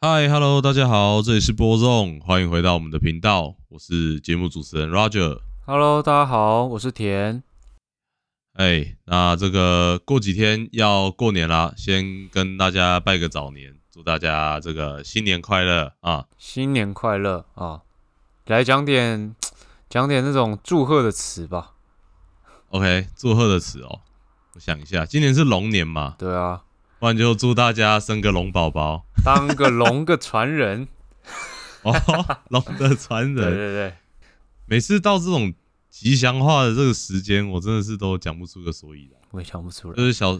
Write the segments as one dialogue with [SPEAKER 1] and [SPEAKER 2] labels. [SPEAKER 1] 嗨，Hello，大家好，这里是波纵，欢迎回到我们的频道，我是节目主持人 Roger。
[SPEAKER 2] Hello，大家好，我是田。
[SPEAKER 1] 哎，那这个过几天要过年啦，先跟大家拜个早年，祝大家这个新年快乐啊！
[SPEAKER 2] 新年快乐啊、来讲点讲点那种祝贺的词吧。
[SPEAKER 1] OK，祝贺的词哦，我想一下，今年是龙年嘛，
[SPEAKER 2] 对啊，
[SPEAKER 1] 不然就祝大家生个龙宝宝
[SPEAKER 2] 当个龙个传人。
[SPEAKER 1] 哦， 龙的传
[SPEAKER 2] 对
[SPEAKER 1] 人。
[SPEAKER 2] 对对，
[SPEAKER 1] 每次到这种吉祥话的这个时间，我真的是都讲不出个所以然。
[SPEAKER 2] 我也想不出来
[SPEAKER 1] 就。是小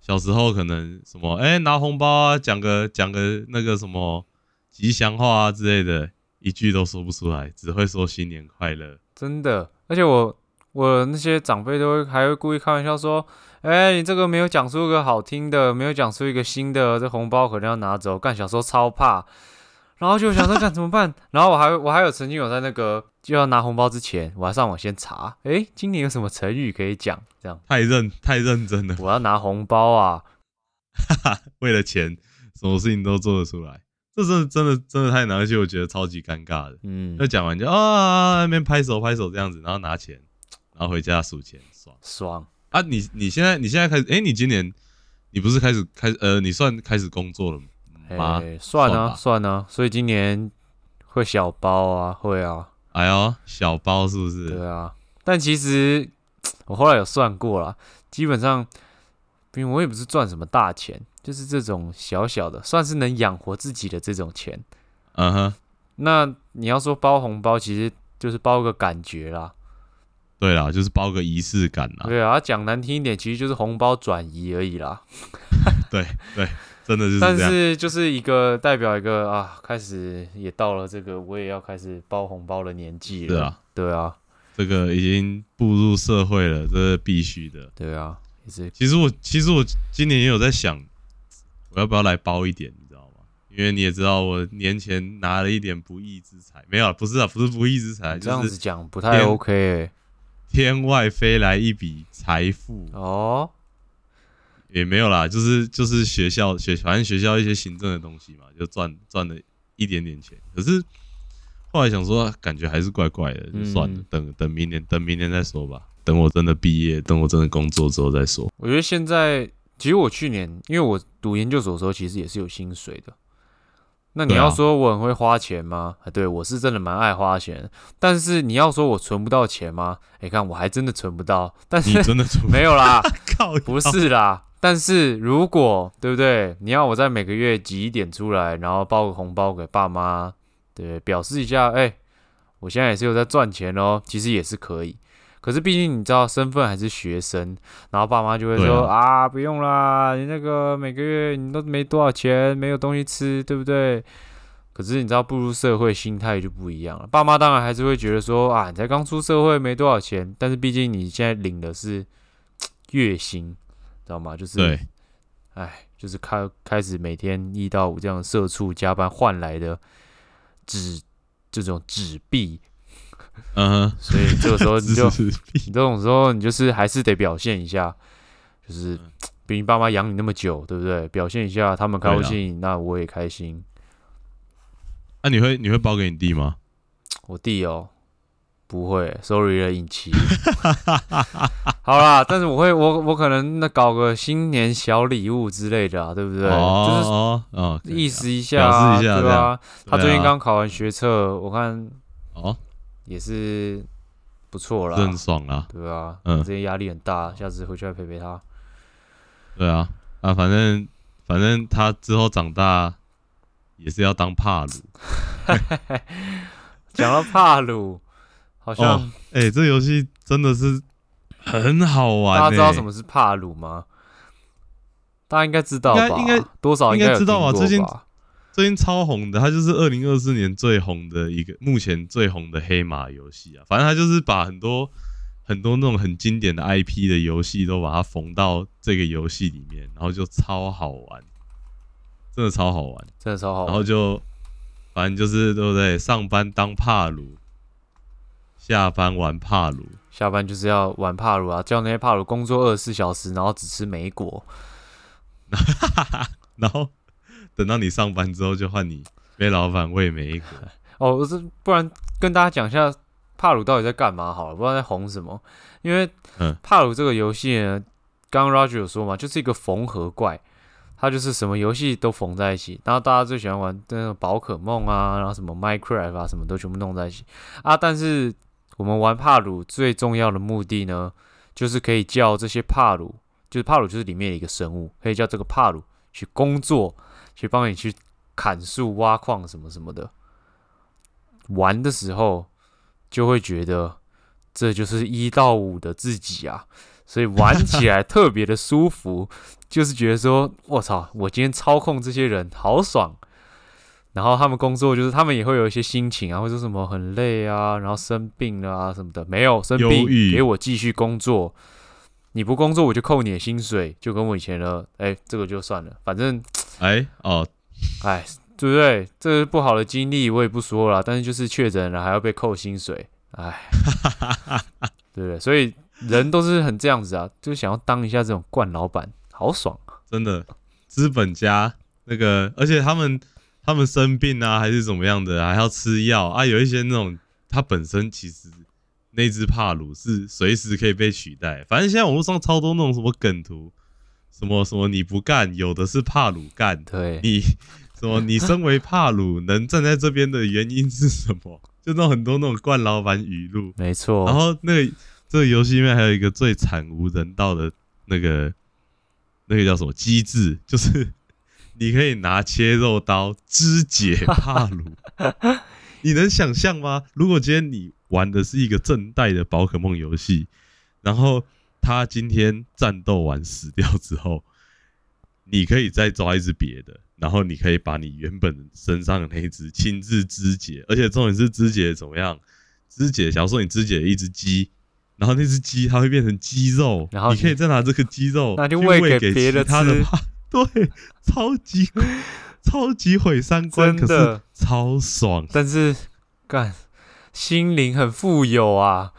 [SPEAKER 1] 小时候可能什么，哎、拿红包啊，讲个讲个那个什么吉祥话啊之类的，一句都说不出来，只会说新年快乐。
[SPEAKER 2] 真的。而且我我那些长辈都会还会故意开玩笑说：“哎、你这个没有讲出一个好听的，没有讲出一个新的，这红包可能要拿走。”干小时候超怕，然后就想说干怎么办？然后我还我还有曾经有在那个就要拿红包之前，我还上网先查，哎、今年有什么成语可以讲？这样
[SPEAKER 1] 太认太认真了，
[SPEAKER 2] 我要拿红包啊！
[SPEAKER 1] 为了钱，什么事情都做得出来，这真的真的真的太难，而且我觉得超级尴尬的。
[SPEAKER 2] 嗯
[SPEAKER 1] 那，讲完就啊，那边拍手拍手这样子，然后拿钱，然后回家数钱，爽
[SPEAKER 2] 爽。
[SPEAKER 1] 啊！你你现在你现在开始，哎、你今年你不是开始开呃，你算开始工作了
[SPEAKER 2] 哎、
[SPEAKER 1] 吗？
[SPEAKER 2] 算
[SPEAKER 1] 算
[SPEAKER 2] 啊
[SPEAKER 1] 吧
[SPEAKER 2] 算啊，所以今年会小包啊，会啊。
[SPEAKER 1] 哎呦，小包是不是？
[SPEAKER 2] 对啊，但其实我后来有算过啦，基本上，因为我也不是赚什么大钱，就是这种小小的，算是能养活自己的这种钱。
[SPEAKER 1] 嗯哼，
[SPEAKER 2] 那你要说包红包，其实就是包个感觉啦。
[SPEAKER 1] 对啦，就是包个仪式感啦。
[SPEAKER 2] 对啊，讲难听一点，其实就是红包转移而已啦。
[SPEAKER 1] 对对，真的就是
[SPEAKER 2] 但
[SPEAKER 1] 这样。
[SPEAKER 2] 是就是一个代表一个啊，开始也到了这个我也要开始包红包的年纪
[SPEAKER 1] 是
[SPEAKER 2] 了。
[SPEAKER 1] 啊，
[SPEAKER 2] 对啊，
[SPEAKER 1] 这个已经步入社会了，这是必须的。
[SPEAKER 2] 对啊，也是
[SPEAKER 1] 其实我其实我今年也有在想，我要不要来包一点，你知道吗？因为你也知道，我年前拿了一点不义之财，没有啊，不是啊，不是不义之财，
[SPEAKER 2] 这样
[SPEAKER 1] 就
[SPEAKER 2] 子
[SPEAKER 1] 是
[SPEAKER 2] 讲不太
[SPEAKER 1] 天
[SPEAKER 2] OK 欸、
[SPEAKER 1] 天外飞来一笔财富，
[SPEAKER 2] 哦。
[SPEAKER 1] 也没有啦，就是就是学校学反正学校一些行政的东西嘛，就赚赚了一点点钱。可是后来想说，啊感觉还是怪怪的，就算了，
[SPEAKER 2] 嗯
[SPEAKER 1] 等等明年等明年再说吧。等我真的毕业，等我真的工作之后再说。
[SPEAKER 2] 我觉得现在，其实我去年因为我读研究所的时候，其实也是有薪水的。那你
[SPEAKER 1] 对啊
[SPEAKER 2] 要说我很会花钱吗？啊对我是真的蛮爱花钱，但是你要说我存不到钱吗？哎、看我还真的存不到，但
[SPEAKER 1] 你
[SPEAKER 2] 是
[SPEAKER 1] 真的出
[SPEAKER 2] 没有啦，
[SPEAKER 1] 靠腰？
[SPEAKER 2] 不 是啦。但是如果对不对？你要我在每个月挤一点出来，然后包个红包给爸妈，对，表示一下，哎、我现在也是有在赚钱哦，其实也是可以。可是毕竟你知道，身份还是学生，然后爸妈就会说
[SPEAKER 1] 对
[SPEAKER 2] 啊不用啦，你那个每个月你都没多少钱，没有东西吃，对不对？可是你知道，步入社会心态就不一样了。爸妈当然还是会觉得说啊，你才刚出社会没多少钱，但是毕竟你现在领的是月薪，知道吗？就是
[SPEAKER 1] 对，
[SPEAKER 2] 哎，就是开开始每天一到五这样社畜加班换来的纸这种纸币，
[SPEAKER 1] 嗯哼，
[SPEAKER 2] 所以这个时候你
[SPEAKER 1] 是
[SPEAKER 2] 就是
[SPEAKER 1] 是，
[SPEAKER 2] 你这种时候你就是还是得表现一下，就是
[SPEAKER 1] 嗯
[SPEAKER 2] 毕竟爸妈养你那么久，对不对？表现一下，他们
[SPEAKER 1] 对啊
[SPEAKER 2] 高兴，那我也开心。
[SPEAKER 1] 那、啊你会你会包给你弟吗？
[SPEAKER 2] 我弟哦，不会，sorry 了，尹 奇。好啦，但是我会，我我可能那搞个新年小礼物之类的啊，对不对？就是
[SPEAKER 1] 哦哦哦，可以
[SPEAKER 2] 意
[SPEAKER 1] 啊
[SPEAKER 2] 思一下啊、
[SPEAKER 1] 表示一下
[SPEAKER 2] 对
[SPEAKER 1] 这
[SPEAKER 2] 啊
[SPEAKER 1] 样？
[SPEAKER 2] 他
[SPEAKER 1] 对
[SPEAKER 2] 最近
[SPEAKER 1] 啊
[SPEAKER 2] 刚考完学测，我看
[SPEAKER 1] 哦，
[SPEAKER 2] 也是不错啦
[SPEAKER 1] 这，很爽啦。
[SPEAKER 2] 对啊，
[SPEAKER 1] 嗯
[SPEAKER 2] 这些压力很大，下次回去再陪陪他。
[SPEAKER 1] 对啊，啊，反正反正他之后长大也是要当帕鲁。
[SPEAKER 2] 讲到帕鲁，好像、
[SPEAKER 1] 哦哎、这游戏真的是很好玩、欸。
[SPEAKER 2] 大家知道什么是帕鲁吗？大家应该知道吧？
[SPEAKER 1] 应该应该
[SPEAKER 2] 多少
[SPEAKER 1] 应该
[SPEAKER 2] 有
[SPEAKER 1] 知道吧啊
[SPEAKER 2] 听过
[SPEAKER 1] 最近
[SPEAKER 2] 吧
[SPEAKER 1] 最近超红的，它就是二零二四年最红的一个，目前最红的黑马游戏啊。反正它就是把很多很多那种很经典的 IP 的游戏都把它缝到这个游戏里面，然后就超好玩，真的超好玩。
[SPEAKER 2] 真的超好
[SPEAKER 1] 然后
[SPEAKER 2] 玩。
[SPEAKER 1] 就反正就是对不对？上班当帕鲁，下班玩帕鲁，
[SPEAKER 2] 下班就是要玩帕鲁啊，叫那些帕鲁工作二十四小时，然后只吃莓果。
[SPEAKER 1] 然后等到你上班之后就换你被老板喂每一个。
[SPEAKER 2] 哦，我是不然跟大家讲一下帕鲁到底在干嘛好了，不知道在红什么。因为
[SPEAKER 1] 嗯
[SPEAKER 2] 帕鲁这个游戏呢，刚刚 Roger 有说嘛，就是一个缝合怪，它就是什么游戏都缝在一起。然后大家最喜欢玩那种宝可梦啊，然后什么 Minecraft 啊，什么都全部弄在一起啊。但是我们玩帕鲁最重要的目的呢，就是可以叫这些帕鲁，就是帕鲁就是里面的一个生物，可以叫这个帕鲁去工作，去帮你去砍树、挖矿什么什么的。玩的时候就会觉得这就是一到五的自己啊，所以玩起来特别的舒服， 就是觉得说，我操，我今天操控这些人好爽。然后他们工作就是他们也会有一些心情啊，会说什么很累啊，然后生病了啊什么的，没有生病
[SPEAKER 1] 忧郁
[SPEAKER 2] 给我继续工作，你不工作我就扣你的薪水，就跟我以前的，哎，这个就算了，反正
[SPEAKER 1] 哎哦，
[SPEAKER 2] 哎，对不对？这是不好的经历，我也不说了。但是就是确诊了，还要被扣薪水， 哎，对不对？所以人都是很这样子啊，就想要当一下这种惯老板，好爽啊！
[SPEAKER 1] 真的，资本家那个，而且他们他们生病啊，还是怎么样的，还要吃药啊。有一些那种，他本身其实那只帕鲁是随时可以被取代。反正现在网络上超多那种什么梗图，什么什么你不干，有的是帕鲁干。
[SPEAKER 2] 对，
[SPEAKER 1] 你什么？你身为帕鲁能站在这边的原因是什么？就那种很多那种惯老板语录。
[SPEAKER 2] 没错。
[SPEAKER 1] 然后那个这个游戏里面还有一个最惨无人道的那个那个叫什么机制，就是你可以拿切肉刀肢解帕鲁。你能想象吗？如果今天你玩的是一个正代的宝可梦游戏，然后他今天战斗完死掉之后，你可以再抓一只别的，然后你可以把你原本身上的那一只亲自肢解，而且重点是肢解怎么样？肢解，假如说你肢解了一只鸡，然后那只鸡它会变成鸡肉，
[SPEAKER 2] 然后
[SPEAKER 1] 你可以再拿这个鸡肉
[SPEAKER 2] 那就
[SPEAKER 1] 去
[SPEAKER 2] 喂
[SPEAKER 1] 喂
[SPEAKER 2] 给别
[SPEAKER 1] 其
[SPEAKER 2] 的
[SPEAKER 1] 他
[SPEAKER 2] 吃
[SPEAKER 1] 的怕， 对，超级超级毁三观，
[SPEAKER 2] 真
[SPEAKER 1] 可是
[SPEAKER 2] 的，
[SPEAKER 1] 超爽，
[SPEAKER 2] 但是干心灵很富有啊，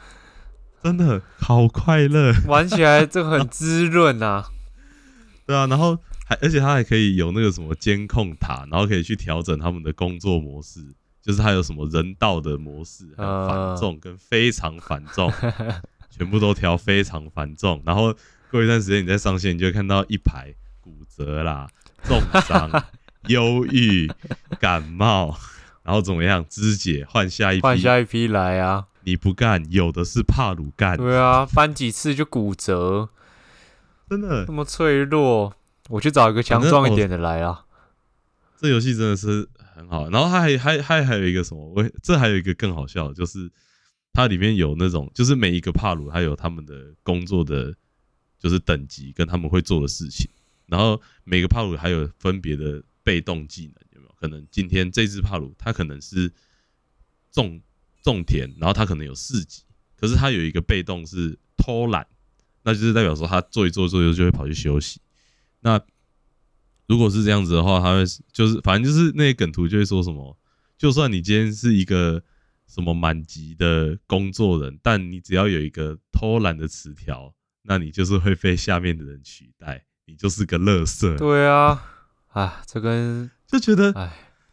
[SPEAKER 1] 真的好快乐，
[SPEAKER 2] 玩起来这个很滋润啊。
[SPEAKER 1] 对啊，然后还而且它还可以有那个什么监控塔，然后可以去调整他们的工作模式，就是它有什么人道的模式，还
[SPEAKER 2] 啊
[SPEAKER 1] 有繁重跟非常繁 重，全部都调非常繁重，然后过一段时间你再上线，你就会看到一排骨折 啦、重伤、忧郁、感冒，然后怎么样肢解换下一批，
[SPEAKER 2] 换下一批来 啊，
[SPEAKER 1] 你不干，有的是帕鲁干，
[SPEAKER 2] 对啊，搬几次就骨折，
[SPEAKER 1] 真的
[SPEAKER 2] 那么脆弱，我去找一个强壮一点的来啊。
[SPEAKER 1] 这游戏真的是很好。然后它还还还还有一个什么，我这还有一个更好笑的，就是它里面有那种，就是每一个帕鲁，它有他们的工作的，就是等级跟他们会做的事情。然后每个帕鲁还有分别的被动技能，有没有？可能今天这只帕鲁它可能是种种田，然后它可能有四级，可是它有一个被动是偷懒，那就是代表说它做一做做一做就会跑去休息。那如果是这样子的话，他会就是反正就是那些梗图就会说什么，就算你今天是一个什么满级的工作人，但你只要有一个偷懒的词条，那你就是会被下面的人取代，你就是个垃圾。
[SPEAKER 2] 对啊，啊，这跟
[SPEAKER 1] 就觉得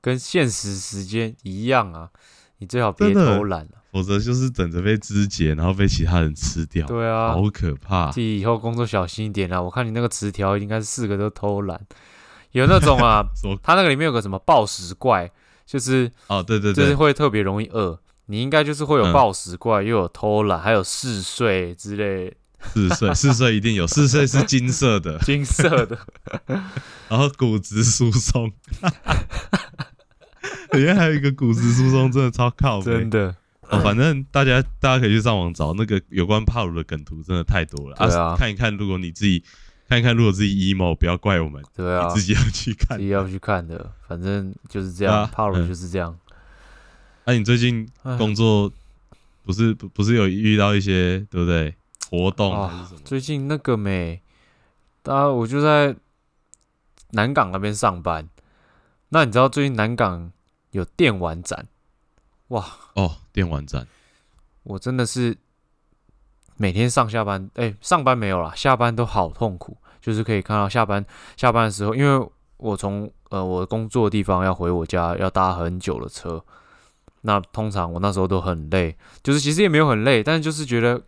[SPEAKER 2] 跟现实时间一样啊，你最好别
[SPEAKER 1] 真的欸
[SPEAKER 2] 偷懒啊了。
[SPEAKER 1] 否则就是等着被肢解，然后被其他人吃掉，
[SPEAKER 2] 对啊，
[SPEAKER 1] 哦好可怕
[SPEAKER 2] 自。己以后工作小心一点啊啦。我看你那个词条应该是四个都偷懒，有那种啊
[SPEAKER 1] 什么，
[SPEAKER 2] 它那个里面有个什么暴食怪，就是
[SPEAKER 1] 哦，对对
[SPEAKER 2] 就是
[SPEAKER 1] 对，
[SPEAKER 2] 会特别容易饿。你应该就是会有
[SPEAKER 1] 嗯
[SPEAKER 2] 暴食怪，又有偷懒，还有嗜睡 之类
[SPEAKER 1] 四岁四岁一定有，四岁是金色的，
[SPEAKER 2] 金色的。
[SPEAKER 1] 然后骨质疏松，里面还有一个骨质疏松，真的超靠背
[SPEAKER 2] 真。的，
[SPEAKER 1] 哦，反正大家大家可以去上网找那个有关帕鲁的梗图，真的太多了
[SPEAKER 2] 对啊
[SPEAKER 1] 看一看，如果你自己看一看，如果自己 emo，不要怪我们，
[SPEAKER 2] 对啊，
[SPEAKER 1] 你自己要去看
[SPEAKER 2] 自。己要去看的，反正就是
[SPEAKER 1] 对
[SPEAKER 2] 这样，
[SPEAKER 1] 啊
[SPEAKER 2] 帕鲁
[SPEAKER 1] 嗯
[SPEAKER 2] 就是这样。
[SPEAKER 1] 那、啊你最近
[SPEAKER 2] 哎
[SPEAKER 1] 工作不是不不是有遇到一些对不对活动
[SPEAKER 2] 啊
[SPEAKER 1] 还是什么？
[SPEAKER 2] 最近那个没，啊，我就在南港那边上班。那你知道最近南港有电玩展，
[SPEAKER 1] 哦，电玩展
[SPEAKER 2] 我真的是每天上下班，哎、上班没有啦，下班都好痛苦，就是可以看到下班下班的时候，因为我从呃我工作的地方要回我家要搭很久的车，那通常我那时候都很累，就是其实也没有很累，但是就是觉得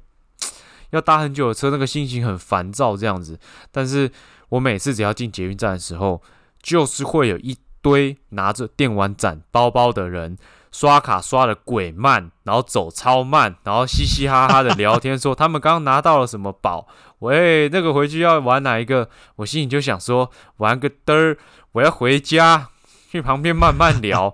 [SPEAKER 2] 要搭很久的车，那个心情很烦躁这样子。但是我每次只要进捷运站的时候，就是会有一堆拿着电玩展包包的人。刷卡刷的鬼慢，然后走超慢，然后嘻嘻哈哈的聊天，说他们刚刚拿到了什么宝，喂，那个回去要玩哪一个？我心里就想说，玩个嘚儿，我要回家，去旁边慢慢聊。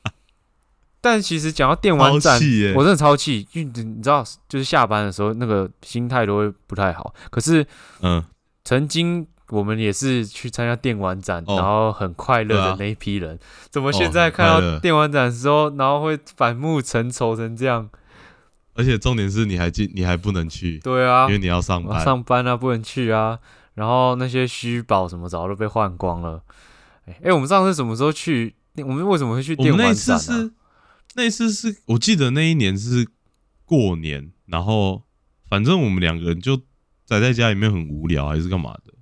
[SPEAKER 2] 但其实讲到电玩
[SPEAKER 1] 超
[SPEAKER 2] 展，
[SPEAKER 1] 气耶
[SPEAKER 2] 我真的超气，因为你你知道，就是下班的时候那个心态都会不太好。可是
[SPEAKER 1] 嗯，
[SPEAKER 2] 曾经我们也是去参加电玩展，
[SPEAKER 1] 哦
[SPEAKER 2] 然后很快乐
[SPEAKER 1] 对
[SPEAKER 2] 的
[SPEAKER 1] 啊
[SPEAKER 2] 那一批人，怎么
[SPEAKER 1] 哦
[SPEAKER 2] 现在
[SPEAKER 1] 很
[SPEAKER 2] 看
[SPEAKER 1] 快
[SPEAKER 2] 到
[SPEAKER 1] 乐
[SPEAKER 2] 电玩展的时候，然后会反目成仇成这样？
[SPEAKER 1] 而且重点是你还进，你还不能去，
[SPEAKER 2] 对啊
[SPEAKER 1] 因，为你要上
[SPEAKER 2] 我要
[SPEAKER 1] 班。
[SPEAKER 2] 上班啊，不能去啊。然后那些虚宝什么早都被换光了。哎、哎我们上次什么时候去？我们为什么会去
[SPEAKER 1] 我
[SPEAKER 2] 电
[SPEAKER 1] 们那
[SPEAKER 2] 玩
[SPEAKER 1] 一
[SPEAKER 2] 展、
[SPEAKER 1] 次
[SPEAKER 2] 啊？
[SPEAKER 1] 是，那一次是我记得那一年是过年，然后反正我们两个人就宅在家里面很无聊，还是干嘛的。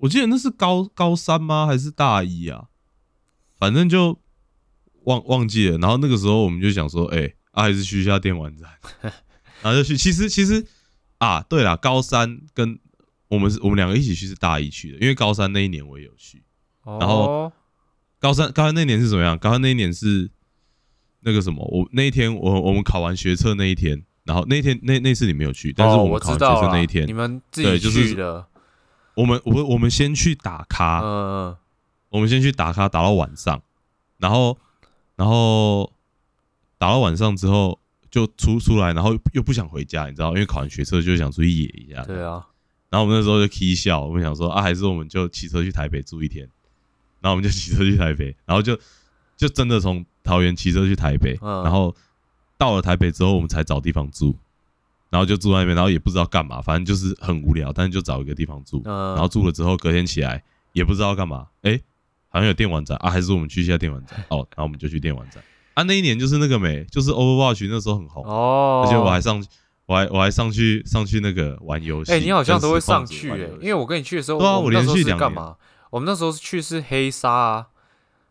[SPEAKER 1] 我记得那是高高三吗？还是大一啊？反正就忘忘记了。然后那个时候我们就想说，哎、啊，还是去一下电玩 展，然后就去。其实其实啊，对啦，高三跟我们是我们两个一起去是大一去的，因为高三那一年我也有去。然
[SPEAKER 2] 哦
[SPEAKER 1] 后，高三高三那年是怎么样？高三那一年是那个什么，我那一天我我们考完学测那一天，然后那一天那那次你没有去，但是
[SPEAKER 2] 哦
[SPEAKER 1] 们
[SPEAKER 2] 我
[SPEAKER 1] 考
[SPEAKER 2] 知
[SPEAKER 1] 完学
[SPEAKER 2] 道了
[SPEAKER 1] 测
[SPEAKER 2] 啦，
[SPEAKER 1] 那一天，
[SPEAKER 2] 你们自
[SPEAKER 1] 对
[SPEAKER 2] 己
[SPEAKER 1] 就是啊
[SPEAKER 2] 去的，
[SPEAKER 1] 我们我我们先去打
[SPEAKER 2] 嗯
[SPEAKER 1] 卡，
[SPEAKER 2] 嗯
[SPEAKER 1] 我们先去打卡打到晚上，然后然后打到晚上之后就出出来，然后又不想回家，你知道，因为考完学测就想出去野一下，
[SPEAKER 2] 嗯，对啊，
[SPEAKER 1] 然后我们那时候就 k 笑，我们想说啊，还是我们就骑车去台北住一天。然后我们就 骑车去台北，然后就就真的从桃园骑车去台北，
[SPEAKER 2] 嗯
[SPEAKER 1] 然后到了台北之后，我们才找地方住，然后就住在那边，然后也不知道干嘛，反正就是很无聊，但是就找一个地方住，
[SPEAKER 2] 嗯，
[SPEAKER 1] 然后住了之后，隔天起来也不知道干嘛，哎，好像有电玩展啊，还是我们去一下电玩展哦，然后我们就去电玩展啊，那一年就是那个没，就是 Overwatch 那时候很红，
[SPEAKER 2] 哦，
[SPEAKER 1] 而且我还上我还我还上去上去那个玩游戏，
[SPEAKER 2] 哎、你好像
[SPEAKER 1] 跟
[SPEAKER 2] 都会
[SPEAKER 1] 实况
[SPEAKER 2] 上
[SPEAKER 1] 组
[SPEAKER 2] 去哎、
[SPEAKER 1] 玩游戏
[SPEAKER 2] 因为我跟你去的时候，
[SPEAKER 1] 对啊
[SPEAKER 2] 我们那时候
[SPEAKER 1] 我连续
[SPEAKER 2] 是
[SPEAKER 1] 两
[SPEAKER 2] 干
[SPEAKER 1] 年
[SPEAKER 2] 嘛？我们那时候去是黑沙啊，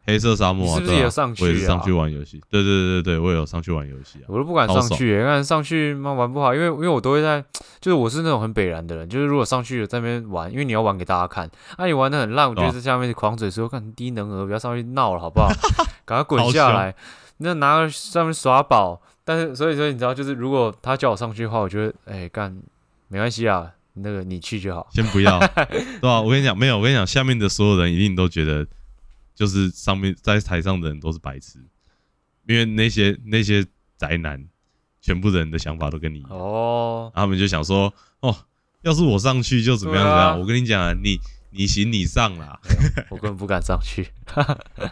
[SPEAKER 1] 黑色沙漠、啊，
[SPEAKER 2] 你是不是
[SPEAKER 1] 对啊
[SPEAKER 2] 也有上去啊
[SPEAKER 1] 我也是上去玩游戏，对对对对，我也有上去玩游戏啊。
[SPEAKER 2] 我都不敢
[SPEAKER 1] 超
[SPEAKER 2] 上
[SPEAKER 1] 爽
[SPEAKER 2] 去、欸，但上去嘛玩不好，因为因为我都会在，就是我是那种很北然的人，就是如果上去了在那边玩，因为你要玩给大家看，啊你玩的很烂，我就
[SPEAKER 1] 对啊
[SPEAKER 2] 在下面狂嘴说，看低能儿，不要上去闹了好 不好？赶快滚
[SPEAKER 1] 好
[SPEAKER 2] 下
[SPEAKER 1] 凶
[SPEAKER 2] 来，那拿个上面耍宝，但是所以说你知道，就是如果他叫我上去的话，我觉得哎干、没关系啊，那个你去就好，
[SPEAKER 1] 先不 要，对吧、我跟你讲，没有，我跟你讲，下面的所有人一定都觉得，就是上面在台上的人都是白痴，因为那些那些宅男，全部人的想法都跟你一样，
[SPEAKER 2] 哦，
[SPEAKER 1] 他们就想说，哦，要是我上去就怎么样
[SPEAKER 2] 对
[SPEAKER 1] 怎
[SPEAKER 2] 啊
[SPEAKER 1] 么样。我跟你讲、啊，你你行你上啦，
[SPEAKER 2] 我根本不敢上去，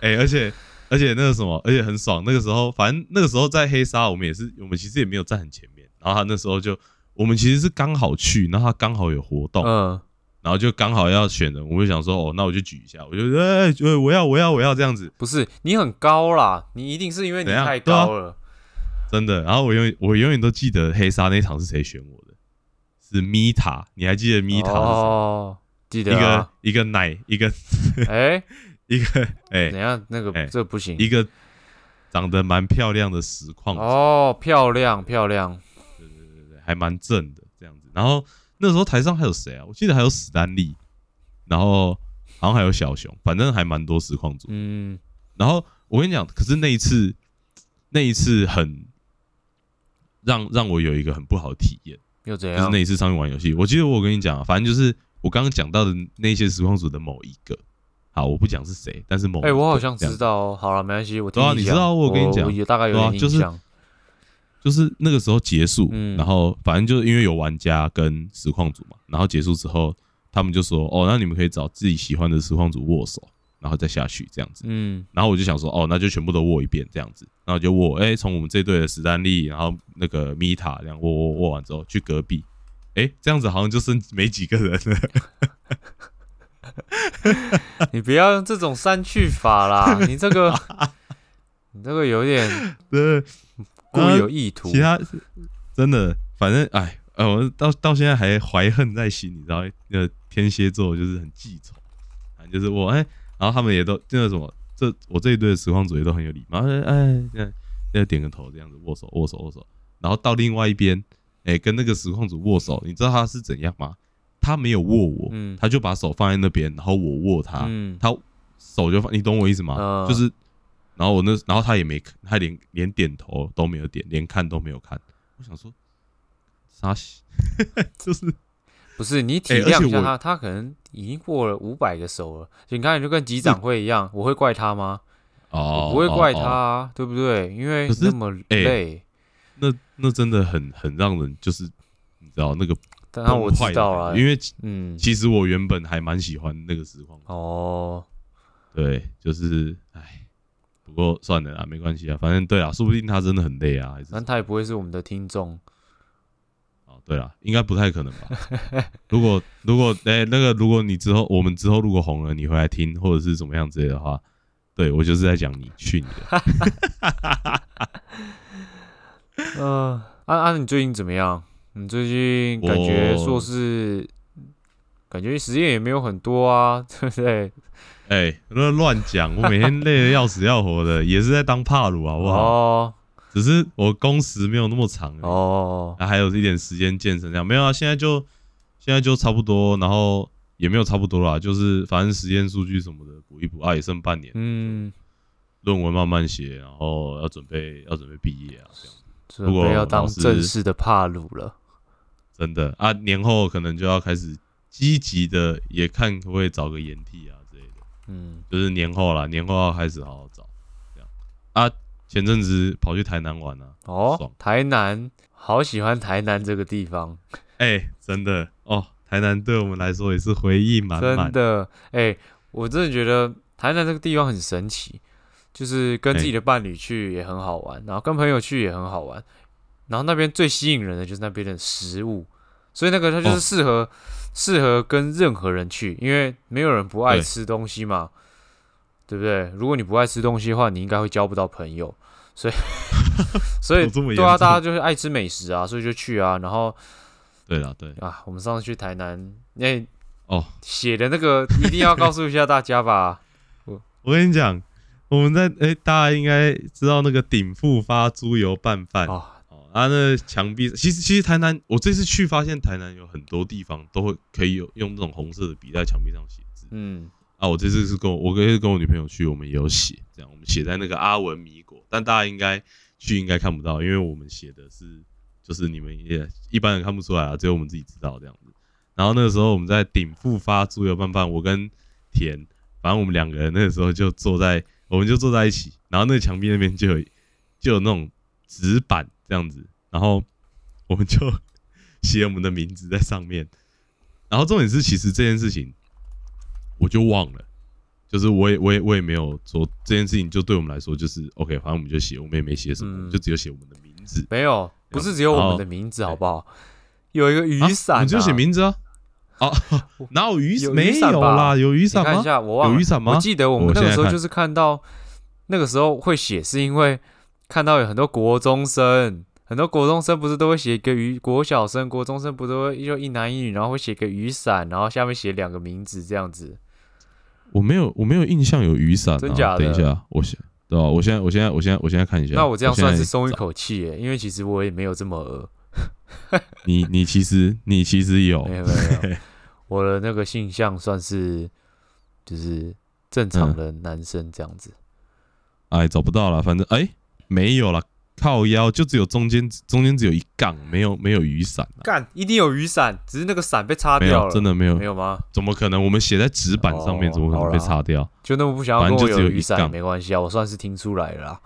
[SPEAKER 1] 哎、而且而且那个什么，而且很爽。那个时候，反正那个时候在黑沙，我们也是，我们其实也没有站很前面。然后他那时候就，我们其实是刚好去，然后他刚好有活动，
[SPEAKER 2] 嗯。
[SPEAKER 1] 然后就刚好要选人，我就想说，哦，那我就举一下，我就哎、哎我要我要我要这样子，
[SPEAKER 2] 不是你很高啦，你一定是因为你
[SPEAKER 1] 怎样
[SPEAKER 2] 太
[SPEAKER 1] 对啊
[SPEAKER 2] 高了。
[SPEAKER 1] 真的。然后我永远我永远都记得黑沙那一场是谁选我的，是米塔，你还记得米塔是谁？
[SPEAKER 2] 哦，记
[SPEAKER 1] 一
[SPEAKER 2] 得
[SPEAKER 1] 个、
[SPEAKER 2] 啊。
[SPEAKER 1] 一个奶，一个
[SPEAKER 2] 哎，
[SPEAKER 1] 一个哎、
[SPEAKER 2] 等一下那个
[SPEAKER 1] 哎
[SPEAKER 2] 这不行。
[SPEAKER 1] 一个长得蛮漂亮的实况组
[SPEAKER 2] 哦，漂亮漂亮，
[SPEAKER 1] 还蛮正的这样子。然后那时候台上还有谁啊？我记得还有史丹利，然后好像还有小熊，反正还蛮多实况组。
[SPEAKER 2] 嗯，
[SPEAKER 1] 然后我跟你讲，可是那一次，那一次很让让我有一个很不好的体验，
[SPEAKER 2] 又怎
[SPEAKER 1] 就是
[SPEAKER 2] 样
[SPEAKER 1] 那？一次上面玩游戏。我记得我跟你讲、啊，反正就是我刚刚讲到的那些实况组的某一个，好，我不讲是谁，但是某一个
[SPEAKER 2] 哎，我好像
[SPEAKER 1] 这样
[SPEAKER 2] 知道哦。好了，没关系，我听
[SPEAKER 1] 对啊你
[SPEAKER 2] 讲
[SPEAKER 1] 知道
[SPEAKER 2] 我
[SPEAKER 1] 我跟你讲
[SPEAKER 2] 我也大概有
[SPEAKER 1] 对啊
[SPEAKER 2] 点
[SPEAKER 1] 就
[SPEAKER 2] 印
[SPEAKER 1] 是
[SPEAKER 2] 象。
[SPEAKER 1] 就是那个时候结束，
[SPEAKER 2] 嗯
[SPEAKER 1] 然后反正就是因为有玩家跟实况组嘛，然后结束之后，他们就说，哦，那你们可以找自己喜欢的实况组握手，然后再下去这样子。
[SPEAKER 2] 嗯，
[SPEAKER 1] 然后我就想说，哦，那就全部都握一遍这样子，然后就握，哎，从我们这队的史丹利，然后那个米塔这样握握握完之后，去隔壁，哎，这样子好像就剩没几个人了。
[SPEAKER 2] 你不要用这种删去法啦， 你这个你这个有点
[SPEAKER 1] 对，
[SPEAKER 2] 故意有意 图
[SPEAKER 1] 其。他真的，反正哎，呃，我到到现在还怀恨在心，你知道，呃，天蝎座就是很记仇，啊，就是我哎然后他们也都那个什么，这我这一队的实况组也都很有礼貌，哎哎，那那点个头这样子握手握手握手，然后到另外一边，哎、跟那个实况组握手，你知道他是怎样吗？他没有握我，
[SPEAKER 2] 嗯
[SPEAKER 1] 他就把手放在那边，然后我握他，
[SPEAKER 2] 嗯，
[SPEAKER 1] 他手就放，你懂我意思吗？
[SPEAKER 2] 嗯
[SPEAKER 1] 就是，然后我那，然后他也没，他连连点头都没有点，连看都没有看。我想说，傻西， 就是
[SPEAKER 2] 不是你体
[SPEAKER 1] 哎而且
[SPEAKER 2] 谅一下
[SPEAKER 1] 我
[SPEAKER 2] 他，他可能已经过了五百个手了。你看，你就跟级长会一样，我会怪他吗？
[SPEAKER 1] 嗯哦
[SPEAKER 2] 我，不会怪他
[SPEAKER 1] 哦哦
[SPEAKER 2] 啊，对不对？因为
[SPEAKER 1] 可是
[SPEAKER 2] 那么
[SPEAKER 1] 哎
[SPEAKER 2] 累，
[SPEAKER 1] 那那真的很很让人就是你知道那个
[SPEAKER 2] 当然我
[SPEAKER 1] 崩坏的
[SPEAKER 2] 知道
[SPEAKER 1] 感
[SPEAKER 2] 了，
[SPEAKER 1] 觉因为其
[SPEAKER 2] 嗯，
[SPEAKER 1] 其实我原本还蛮喜欢那个实况，
[SPEAKER 2] 哦，
[SPEAKER 1] 对，就是哎，不过算了啦，没关系啊，反正对啊，说不定他真的很累啊，还是
[SPEAKER 2] 但他也不会是我们的听众，
[SPEAKER 1] 哦，对了，应该不太可能吧？ 如果如果哎、那个，如果你之后我们之后如果红了，你回来听或者是怎么样之类的话，对我就是在讲你去你的。
[SPEAKER 2] 嗯，
[SPEAKER 1] 呃
[SPEAKER 2] 安安，你最近怎么样？你最近感觉
[SPEAKER 1] 我
[SPEAKER 2] 硕士，感觉实验也没有很多啊， 对不对？
[SPEAKER 1] 哎、那乱讲，我每天累得要死要活的，也是在当帕鲁好不好？
[SPEAKER 2] 哦
[SPEAKER 1] 只是我工时没有那么长而已
[SPEAKER 2] 哦，
[SPEAKER 1] 啊，还有一点时间健身这样，没有啊，现在就现在就差不多，然后也没有差不多啦，就是反正实验数据什么的补一补啊，也剩半年，
[SPEAKER 2] 嗯，
[SPEAKER 1] 论文慢慢写，然后要准备要准备毕业啊，这样
[SPEAKER 2] 准
[SPEAKER 1] 果
[SPEAKER 2] 备要
[SPEAKER 1] 老
[SPEAKER 2] 当
[SPEAKER 1] 师
[SPEAKER 2] 正式的帕鲁了。
[SPEAKER 1] 真的啊，年后可能就要开始积极的也看可不可以找个掩替啊之类的，
[SPEAKER 2] 嗯，
[SPEAKER 1] 就是年后啦，年后要开始好好找这样啊。前阵子跑去台南玩啊，
[SPEAKER 2] 哦
[SPEAKER 1] 爽，
[SPEAKER 2] 台南，好喜欢台南这个地方，
[SPEAKER 1] 哎、真的哦，台南对我们来说也是回忆满满
[SPEAKER 2] 真，的，哎、我真的觉得台南这个地方很神奇，就是跟自己的伴侣去也很好玩，然后跟朋友去也很好玩，然后那边最吸引人的就是那边的食物，所以那个它
[SPEAKER 1] 哦
[SPEAKER 2] 就是适合适、合跟任何人去，因为没有人不爱
[SPEAKER 1] 对
[SPEAKER 2] 吃东西嘛，对不对？如果你不爱吃东西的话，你应该会交不到朋友，所以 所以
[SPEAKER 1] 有这么严
[SPEAKER 2] 对啊，
[SPEAKER 1] 重
[SPEAKER 2] 大家就是爱吃美食啊，所以就去啊，然后
[SPEAKER 1] 对啦，对
[SPEAKER 2] 啊，我们上次去台南，那、欸、
[SPEAKER 1] 哦，
[SPEAKER 2] 写的那 个一定要告诉一下大家吧。
[SPEAKER 1] 我跟你讲，我们在哎、大家应该知道那个鼎富发猪油拌饭哦
[SPEAKER 2] 啊，
[SPEAKER 1] 啊，那墙壁其实其实台南，我这次去发现台南有很多地方都会可以有用这种红色的笔在墙壁上写字
[SPEAKER 2] 嗯，
[SPEAKER 1] 啊。我这次是跟我我跟跟我女朋友去，我们也有写这样，我们写在那个阿文米果，但大家应该去应该看不到，因为我们写的是就是你们也一般人看不出来啊，只有我们自己知道这样子。然后那个时候我们在鼎富发猪油拌饭，我跟田，反正我们两个人那个时候就坐在，我们就坐在一起，然后那个墙壁那边就有就有那种纸板这样子，然后我们就写我们的名字在上面。然后重点是，其实这件事情我就忘了，就是我也我也我也没有说这件事情，就对我们来说就是 OK，反正我们就写，我们也没写什么，
[SPEAKER 2] 嗯
[SPEAKER 1] 我们就只有写我们的名字。
[SPEAKER 2] 没有，不是只有我们的名字好不好？有一个雨伞、啊，
[SPEAKER 1] 哎你就写名字 啊。哦，哪有雨
[SPEAKER 2] 有雨
[SPEAKER 1] 没
[SPEAKER 2] 伞
[SPEAKER 1] 有
[SPEAKER 2] 吧
[SPEAKER 1] 啦，有雨
[SPEAKER 2] 你
[SPEAKER 1] 伞
[SPEAKER 2] 看一
[SPEAKER 1] 吗？
[SPEAKER 2] 下，我忘
[SPEAKER 1] 有
[SPEAKER 2] 了
[SPEAKER 1] 啊雨。伞吗
[SPEAKER 2] 我？记得我们
[SPEAKER 1] 我
[SPEAKER 2] 那个
[SPEAKER 1] 现在
[SPEAKER 2] 时候
[SPEAKER 1] 看
[SPEAKER 2] 就是看到那个时候会写，是因为看到有很多国中生，很多国中生不是都会写一个雨，国小生、国中生不都会就一男一女，然后会写个雨伞，然后下面写两个名字这样子。
[SPEAKER 1] 我没有，我没有印象有雨伞、啊。
[SPEAKER 2] 真假的
[SPEAKER 1] 等一下，我现对吧、我现在，我现在，我现在，啊我现在看一下。
[SPEAKER 2] 那我这样算是
[SPEAKER 1] 现在
[SPEAKER 2] 松一口气耶，因为其实我也没有这么恶。
[SPEAKER 1] 你，你其实，你其实有
[SPEAKER 2] 没有没有， 没有我的那个性向算是就是正
[SPEAKER 1] 嗯
[SPEAKER 2] 常的男生这样子。
[SPEAKER 1] 哎，找不到了，反正哎、没有了，靠腰就只有中间，中间只有一杠，没有，没有雨伞、啊，
[SPEAKER 2] 干，一定有雨伞，只是那个伞被擦
[SPEAKER 1] 没
[SPEAKER 2] 掉
[SPEAKER 1] 有，
[SPEAKER 2] 了，
[SPEAKER 1] 真的没有
[SPEAKER 2] 没，有吗？
[SPEAKER 1] 怎么可能？我们写在纸板上面，
[SPEAKER 2] 哦
[SPEAKER 1] 怎么可能被
[SPEAKER 2] 好啦
[SPEAKER 1] 擦掉？
[SPEAKER 2] 就那么不想要
[SPEAKER 1] 反
[SPEAKER 2] 跟
[SPEAKER 1] 正
[SPEAKER 2] 我
[SPEAKER 1] 就只有
[SPEAKER 2] 雨伞
[SPEAKER 1] 一
[SPEAKER 2] 也
[SPEAKER 1] 杠
[SPEAKER 2] 没关系啊，我算是听出来了啦。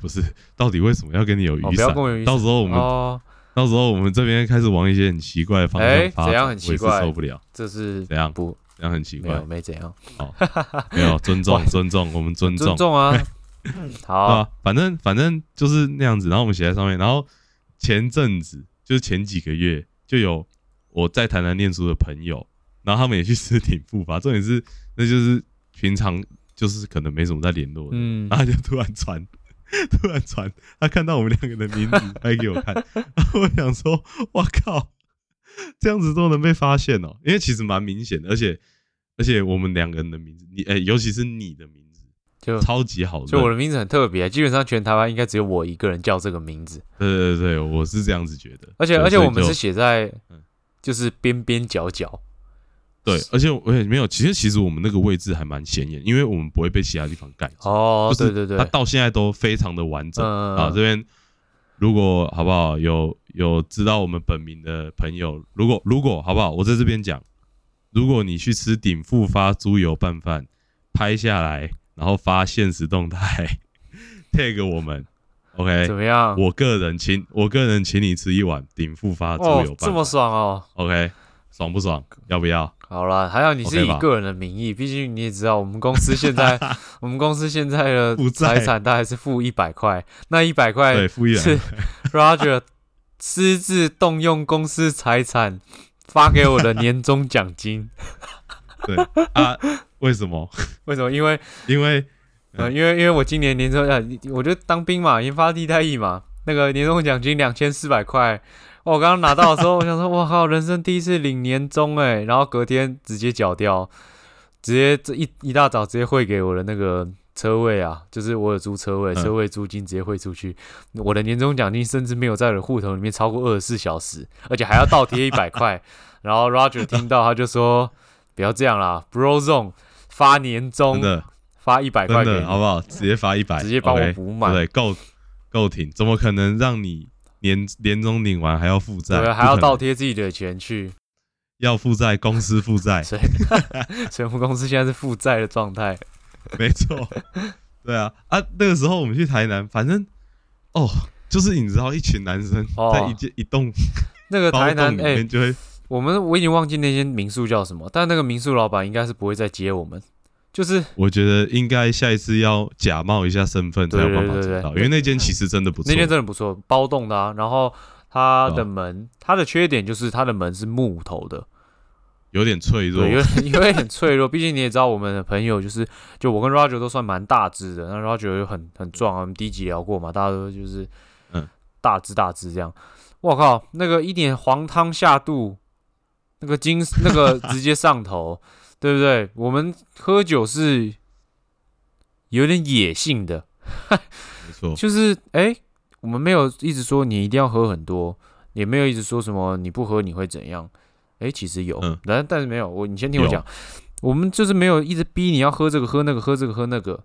[SPEAKER 1] 不是，到底为什么要跟你有
[SPEAKER 2] 哦，
[SPEAKER 1] 雨
[SPEAKER 2] 不
[SPEAKER 1] 伞？
[SPEAKER 2] 要跟我有雨伞
[SPEAKER 1] 到时候我们、
[SPEAKER 2] 哦，
[SPEAKER 1] 到时候我们这边开始往一些很奇怪的方
[SPEAKER 2] 哎
[SPEAKER 1] 向发展，
[SPEAKER 2] 怎样很奇怪
[SPEAKER 1] 我也是受不了。
[SPEAKER 2] 这是
[SPEAKER 1] 怎样？
[SPEAKER 2] 不
[SPEAKER 1] 怎样很奇
[SPEAKER 2] 没
[SPEAKER 1] 怪
[SPEAKER 2] 有？没怎样，
[SPEAKER 1] 没有，尊 重，尊重，我们尊重，啊
[SPEAKER 2] 尊 重啊。
[SPEAKER 1] 对
[SPEAKER 2] 好，
[SPEAKER 1] 吧？反正反正就是那样子，然后我们写在上面，然后前阵子就是前几个月就有我在台南念书的朋友，然后他们也去吃 挺复发，重点是那就是平常就是可能没什么在联络的，
[SPEAKER 2] 嗯
[SPEAKER 1] 然，后他就突然传，突然传，他看到我们两个的名 字拍给我看，然后我想说，哇靠，这样子都能被发现哦，因为其实蛮明显的，而且而且我们两个人的名字，你哎、尤其是你的名字，
[SPEAKER 2] 就
[SPEAKER 1] 超级好认。
[SPEAKER 2] 就我的名字很特别，啊基本上全台湾应该只有我一个人叫这个名字，
[SPEAKER 1] 对对对，我是这样子觉得。
[SPEAKER 2] 而且
[SPEAKER 1] 对
[SPEAKER 2] 而且
[SPEAKER 1] 所以
[SPEAKER 2] 我们
[SPEAKER 1] 就是
[SPEAKER 2] 写在
[SPEAKER 1] 嗯
[SPEAKER 2] 就是边边角角，
[SPEAKER 1] 对，而且我哎也没有，其实其实我们那个位置还蛮显眼，因为我们不会被其他地方盖住。
[SPEAKER 2] 哦，
[SPEAKER 1] 就是
[SPEAKER 2] 对对对
[SPEAKER 1] 它，到现在都非常的完整、
[SPEAKER 2] 嗯
[SPEAKER 1] 啊。这边如果好不好，有有知道我们本名的朋友，如果如果好不好，我在这边讲，如果你去吃鼎富发猪油拌饭，拍下来，然后发现实动态 ，tag 我们，OK，
[SPEAKER 2] 怎么样？
[SPEAKER 1] 哎我个人请我个人请你吃一碗鼎富发猪
[SPEAKER 2] 哦
[SPEAKER 1] 油，
[SPEAKER 2] 这
[SPEAKER 1] 拌
[SPEAKER 2] 么
[SPEAKER 1] 饭、
[SPEAKER 2] 爽哦！
[SPEAKER 1] o k 爽不爽？要不要？
[SPEAKER 2] 好啦，还好你是
[SPEAKER 1] OK
[SPEAKER 2] 以
[SPEAKER 1] 吧
[SPEAKER 2] 个人的名义，毕竟你也知道，我们公司 现在我们公司现在的
[SPEAKER 1] 负债
[SPEAKER 2] 财产大概是负一百块，那一百块
[SPEAKER 1] 对，付一人
[SPEAKER 2] 哎是 Roger 私自动用公司财产发给我的年终奖金。
[SPEAKER 1] 对啊？为什么？
[SPEAKER 2] 为什么？因为
[SPEAKER 1] 因为嗯
[SPEAKER 2] 呃，因为因为我今年年终呃，我就当兵嘛，研发地带役嘛，那个年终奖金两千四百块。哇我刚刚拿到的时候， 我想说，我靠，人生第一次领年终哎，然后隔天直接缴掉，直接这一一大早直接汇给我的那个车位啊，就是我有租车位，
[SPEAKER 1] 嗯
[SPEAKER 2] 车位租金直接汇出去。我的年终奖金甚至没有在我的户头里面超过二十四小时，而且还要倒贴一百块。 然后 Roger 听到他就说：“不要这样啦，Bro Zone 发年
[SPEAKER 1] 真
[SPEAKER 2] 终
[SPEAKER 1] 的。
[SPEAKER 2] 发一百
[SPEAKER 1] 真
[SPEAKER 2] 块给
[SPEAKER 1] 的
[SPEAKER 2] 你。”
[SPEAKER 1] 好不好？直接发一百，
[SPEAKER 2] 直接帮我
[SPEAKER 1] OK，
[SPEAKER 2] 补满
[SPEAKER 1] 对，够够挺，怎么可能让你年年终领完还要负债？
[SPEAKER 2] 对，
[SPEAKER 1] 啊
[SPEAKER 2] 啊
[SPEAKER 1] 不
[SPEAKER 2] 还要
[SPEAKER 1] 可能
[SPEAKER 2] 倒贴自己的钱去，
[SPEAKER 1] 要负债，公司负 债，
[SPEAKER 2] 所以所以我们公司现在是负债的状态。
[SPEAKER 1] 没错，对啊啊，那个时候我们去台南，反正哦，就是你知道，一群男生
[SPEAKER 2] 哦
[SPEAKER 1] 在一间、一栋
[SPEAKER 2] 那个
[SPEAKER 1] 包
[SPEAKER 2] 台
[SPEAKER 1] 栋
[SPEAKER 2] 南
[SPEAKER 1] 里，
[SPEAKER 2] 哎、
[SPEAKER 1] 面就会，
[SPEAKER 2] 我们我已经忘记那间民宿叫什么，但那个民宿老板应该是不会再接我们，就是
[SPEAKER 1] 我觉得应该下一次要假冒一下身份才有办法
[SPEAKER 2] 对对对
[SPEAKER 1] 知
[SPEAKER 2] 对
[SPEAKER 1] 道，
[SPEAKER 2] 对
[SPEAKER 1] 因为那间其实真的不错
[SPEAKER 2] 那，间真的不错，包栋的啊。然后它
[SPEAKER 1] 对
[SPEAKER 2] 的
[SPEAKER 1] 啊
[SPEAKER 2] 门，它的缺点就是它的门是木头的，
[SPEAKER 1] 有点脆弱
[SPEAKER 2] 对，，有 点有点很脆弱。毕竟你也知道，我们的朋友就是，就我跟 Roger 都算蛮大只的，那 Roger 又很很壮啊，我们第一集聊过嘛，大家都就是
[SPEAKER 1] 嗯
[SPEAKER 2] 大只大只这样。我靠，那个一点黄汤下肚，那个精那个直接上头， 对不对？我们喝酒是有点野性的，
[SPEAKER 1] 没错，
[SPEAKER 2] 就是哎、诶我们没有一直说你一定要喝很多，也没有一直说什么你不喝你会怎样。哎、其实有
[SPEAKER 1] 嗯，
[SPEAKER 2] 但、但是没有。我你先听我
[SPEAKER 1] 有
[SPEAKER 2] 讲，我们就是没有一直逼你要喝这个喝那个喝这个喝那个，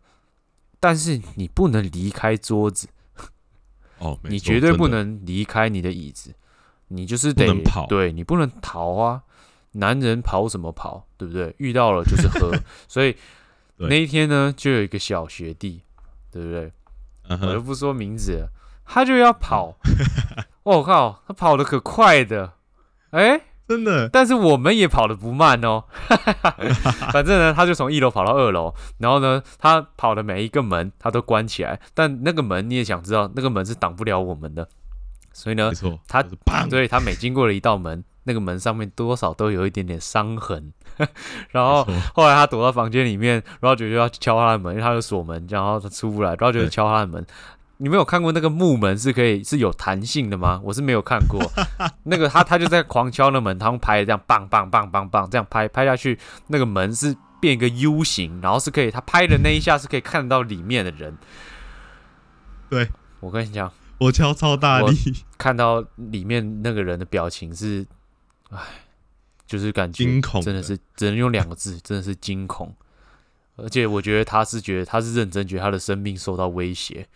[SPEAKER 2] 但是你不能离开桌子，
[SPEAKER 1] 哦，没
[SPEAKER 2] 你
[SPEAKER 1] 错
[SPEAKER 2] 绝对
[SPEAKER 1] 真
[SPEAKER 2] 不
[SPEAKER 1] 的
[SPEAKER 2] 能离开你的椅子，你就是
[SPEAKER 1] 不
[SPEAKER 2] 得
[SPEAKER 1] 能跑
[SPEAKER 2] 对你不能逃啊！男人跑什么跑，对不对？遇到了就是 喝，所以
[SPEAKER 1] 对
[SPEAKER 2] 那一天呢，就有一个小学弟，对不对？
[SPEAKER 1] 嗯
[SPEAKER 2] 我就
[SPEAKER 1] 哼，
[SPEAKER 2] 不说名字了，他就要 跑，我、靠，他跑得可快的，哎、
[SPEAKER 1] 真的
[SPEAKER 2] 但是我们也跑得不慢哦， 反正呢，他就从一楼跑到二楼，然后呢，他跑的每一个门他都关起来，但那个门你也想知道，那个门是挡不了我们的，所以呢
[SPEAKER 1] 没，错，
[SPEAKER 2] 呃他
[SPEAKER 1] 就是砰，
[SPEAKER 2] 所以他每经过了一道门，那个门上面多少都有一点点伤痕， 然后
[SPEAKER 1] 没错
[SPEAKER 2] 后来他躲到房间里面，Roger 就要敲他的门，因为他有锁门，然后他出不来，Roger 就
[SPEAKER 1] 对
[SPEAKER 2] 敲他的门。你们有看过那个木门是可以是有弹性的吗？我是没有看过。那个他他就在狂敲那门，他用拍的这样棒棒棒棒棒这样拍拍下去，那个门是变一个 U 型，然后是可以他拍的那一下是可以看得到里面的人。
[SPEAKER 1] 对
[SPEAKER 2] 我跟你讲，
[SPEAKER 1] 我敲超大
[SPEAKER 2] 我
[SPEAKER 1] 力。
[SPEAKER 2] 看到里面那个人的表情是，唉，就是感觉
[SPEAKER 1] 惊恐的
[SPEAKER 2] 真的是只能用两个字，真的是惊恐。而且我觉得他是觉得他是认真觉得他的生命受到威胁。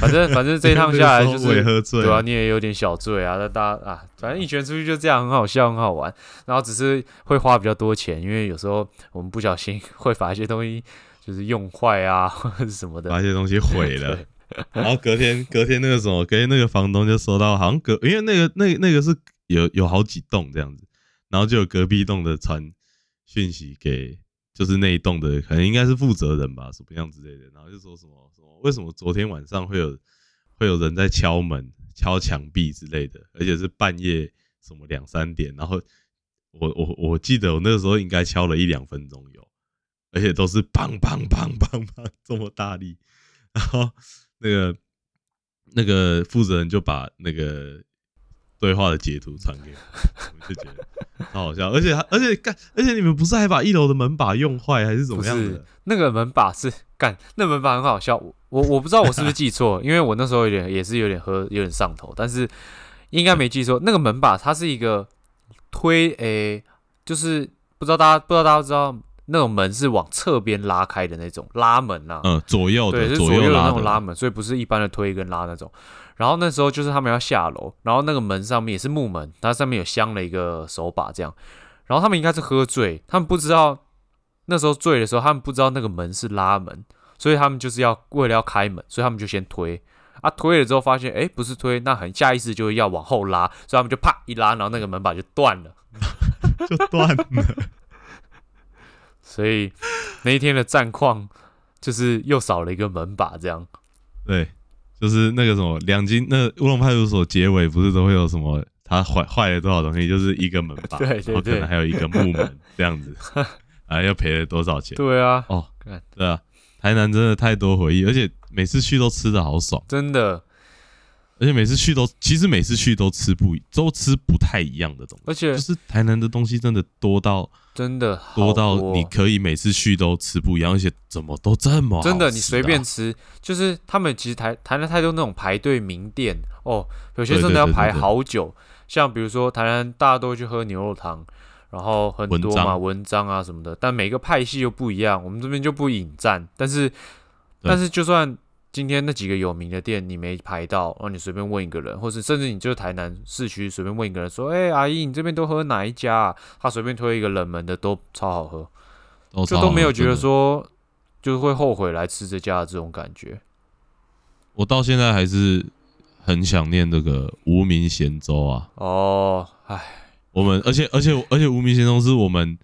[SPEAKER 2] 反正反正这一趟
[SPEAKER 1] 那个
[SPEAKER 2] 下来
[SPEAKER 1] 时候
[SPEAKER 2] 就
[SPEAKER 1] 我也
[SPEAKER 2] 是
[SPEAKER 1] 喝醉
[SPEAKER 2] 对啊，
[SPEAKER 1] 了，
[SPEAKER 2] 你也有点小醉啊，那大家啊，反正一拳出去就这样，很好笑，很好玩。然后只是会花比较多钱，因为有时候我们不小心 会把一些东西就是用坏啊，或者是什么的。
[SPEAKER 1] 把一些东西毁了。然后隔天，隔天那个什么，隔天那个房东就收到，好像隔因为那个那那个是有有好几栋这样子，然后就有隔壁栋的传讯息给，就是那一栋的，可能应该是负责人吧，什么样之类的，然后就说什么什么，为什么昨天晚上会有会有人在敲门、敲墙壁之类的，而且是半夜什么两三点，然后我我我记得我那个时候应该敲了一两分钟有，而且都是砰砰砰砰砰这么大力， 然后那个那个负责人就把那个对话的截图传给我，我就觉 得超好笑。而且他，而且干，而且你们不是还把一楼的门把用坏还是怎么样
[SPEAKER 2] 不
[SPEAKER 1] 的
[SPEAKER 2] 是？那个门把是干，那门把很好笑。我我我不知道我是不是记错，因为我那时候有点也是有点喝有点上头，但是应该没记错。那个门把它是一个推，诶、就是不知道大家不知道大家知道那种门是往侧边拉开的那种拉门啊呐、
[SPEAKER 1] 嗯，左右
[SPEAKER 2] 对，
[SPEAKER 1] 的
[SPEAKER 2] 是左右的
[SPEAKER 1] 拉
[SPEAKER 2] 那
[SPEAKER 1] 的
[SPEAKER 2] 种拉门，所以不是一般的推跟拉那种。然后那时候就是他们要下楼，然后那个门上面也是木门，它上面有镶了一个手把这样。然后他们应该是喝醉，他们不知道那时候醉的时候，他们不知道那个门是拉门，所以他们就是要为了要开门，所以他们就先推。啊，推了之后发现，哎，不是推，那很下意识就要往后拉，所以他们就啪一拉，然后那个门把就断了。
[SPEAKER 1] 就断了。
[SPEAKER 2] 所以那一天的战况就是又少了一个门把这样。
[SPEAKER 1] 对，就是那个什么两金，那乌龙派出所结尾不是都会有什么他坏坏了多少东西，就是一个门把，
[SPEAKER 2] 对对
[SPEAKER 1] 然后可
[SPEAKER 2] 对
[SPEAKER 1] 能还有一个木 门这样子，啊，又赔了多少钱？
[SPEAKER 2] 对啊，
[SPEAKER 1] 哦
[SPEAKER 2] 干，
[SPEAKER 1] 对啊，台南真的太多回忆，而且每次去都吃的好爽，
[SPEAKER 2] 真的。
[SPEAKER 1] 而且每次去都其实每次去都吃不都吃不太一样的东西，
[SPEAKER 2] 而且
[SPEAKER 1] 就是台南的东西真的多到
[SPEAKER 2] 真的好
[SPEAKER 1] 多到
[SPEAKER 2] 多哦
[SPEAKER 1] 你可以每次去都吃不一样，而且怎么都这么好
[SPEAKER 2] 真的，你
[SPEAKER 1] 吃
[SPEAKER 2] 随
[SPEAKER 1] 啊
[SPEAKER 2] 便吃，就是他们其实台台南太多那种排队名店哦，有些
[SPEAKER 1] 对
[SPEAKER 2] 真
[SPEAKER 1] 对
[SPEAKER 2] 的要
[SPEAKER 1] 对对
[SPEAKER 2] 排
[SPEAKER 1] 对
[SPEAKER 2] 好久。像比如说台南大家都会去喝牛肉汤，然后很
[SPEAKER 1] 文
[SPEAKER 2] 多
[SPEAKER 1] 章
[SPEAKER 2] 嘛文章啊什么的，但每个派系又不一样，我们这边就不引战。但是
[SPEAKER 1] 对
[SPEAKER 2] 但是就算今天那几个有名的店你没排到，然后你随便问一个人，或是甚至你就是台南市区随便问一个人说，哎、阿姨你这边都喝哪一家、啊？他随便推一个冷门的都超好喝。
[SPEAKER 1] 都
[SPEAKER 2] 就
[SPEAKER 1] 超
[SPEAKER 2] 都
[SPEAKER 1] 好
[SPEAKER 2] 没有
[SPEAKER 1] 吃
[SPEAKER 2] 觉得
[SPEAKER 1] 的
[SPEAKER 2] 说就是会后悔来吃这家的这种感觉。
[SPEAKER 1] 我到现在还是很想念这个无名咸粥啊。
[SPEAKER 2] 哦，唉，
[SPEAKER 1] 我们而且而且而且无名咸粥是我们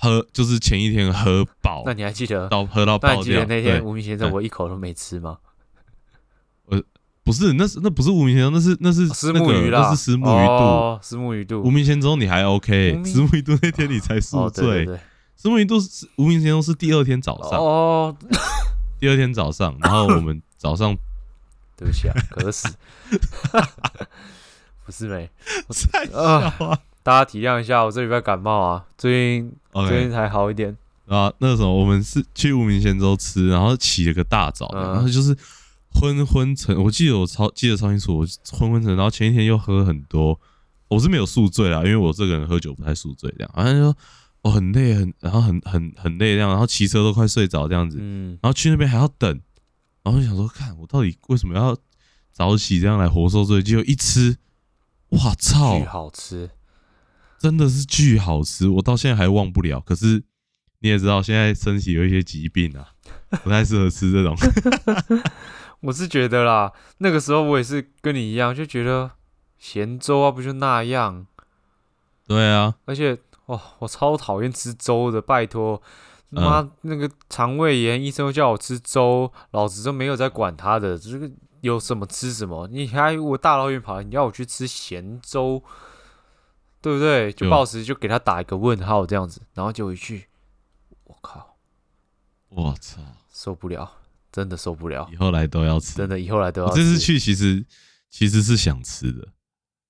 [SPEAKER 1] 喝，就是前一天喝饱
[SPEAKER 2] 那你还记得？
[SPEAKER 1] 到喝到
[SPEAKER 2] 那你
[SPEAKER 1] 爆
[SPEAKER 2] 记得
[SPEAKER 1] 掉。
[SPEAKER 2] 那天
[SPEAKER 1] 对
[SPEAKER 2] 无名先生
[SPEAKER 1] 嗯
[SPEAKER 2] 我一口都没吃吗？
[SPEAKER 1] 不是那是那不是无名咸粥，那是那是
[SPEAKER 2] 石
[SPEAKER 1] 那
[SPEAKER 2] 哦目
[SPEAKER 1] 个
[SPEAKER 2] 鱼啦，
[SPEAKER 1] 那是石目鱼肚。
[SPEAKER 2] 哦，石目鱼
[SPEAKER 1] 无
[SPEAKER 2] 肚。
[SPEAKER 1] 名咸粥你还 OK，
[SPEAKER 2] 无名
[SPEAKER 1] 石目鱼肚那天你才宿
[SPEAKER 2] 哦，对对
[SPEAKER 1] 醉。
[SPEAKER 2] 对，
[SPEAKER 1] 石目鱼肚是无名咸粥是第二天早上，
[SPEAKER 2] 哦，
[SPEAKER 1] 第二天早上，然后我们早 上
[SPEAKER 2] 对不起啊，渴死。 不是没，
[SPEAKER 1] 再
[SPEAKER 2] 啊
[SPEAKER 1] 笑啊。
[SPEAKER 2] 大家体谅一下，我这礼拜感冒啊，最近最
[SPEAKER 1] OK
[SPEAKER 2] 近才好一点。
[SPEAKER 1] 啊，那时候我们是去无名咸粥吃，然后起了个大早，
[SPEAKER 2] 嗯
[SPEAKER 1] 然后就是昏昏沉，我记得我超记得超清楚，我昏昏沉，然后前一天又喝很多，我是没有宿醉啦，因为我这个人喝酒不太宿醉，这样，反正就我、哦很累，很然后很很很累这样，然后骑车都快睡着这样子，
[SPEAKER 2] 嗯，
[SPEAKER 1] 然后去那边还要等，然后就想说，看我到底为什么要早起这样来活受罪，结果一吃，哇操
[SPEAKER 2] 巨，好吃。
[SPEAKER 1] 真的是巨好吃，我到现在还忘不了。可是你也知道，现在身体有一些疾病 啊，不太适合吃这种。
[SPEAKER 2] 我是觉得啦，那个时候我也是跟你一样，就觉得咸粥啊，不就那样。
[SPEAKER 1] 对啊，
[SPEAKER 2] 而且哦，我超讨厌吃粥的，拜托，
[SPEAKER 1] 嗯
[SPEAKER 2] 妈、那个肠胃炎，医生都叫我吃粥，老子都没有在管他的，这个有什么吃什么，你还我大老远跑来，你要我去吃咸粥，对不对？就
[SPEAKER 1] 就
[SPEAKER 2] 暴食就给他打一个问号这样子，然后就一句，我靠，
[SPEAKER 1] 我操，
[SPEAKER 2] 受不了，真的受不了，
[SPEAKER 1] 以后来都要吃
[SPEAKER 2] 真。的以后来都要
[SPEAKER 1] 我
[SPEAKER 2] 吃。
[SPEAKER 1] 这次去其实其实是想吃的，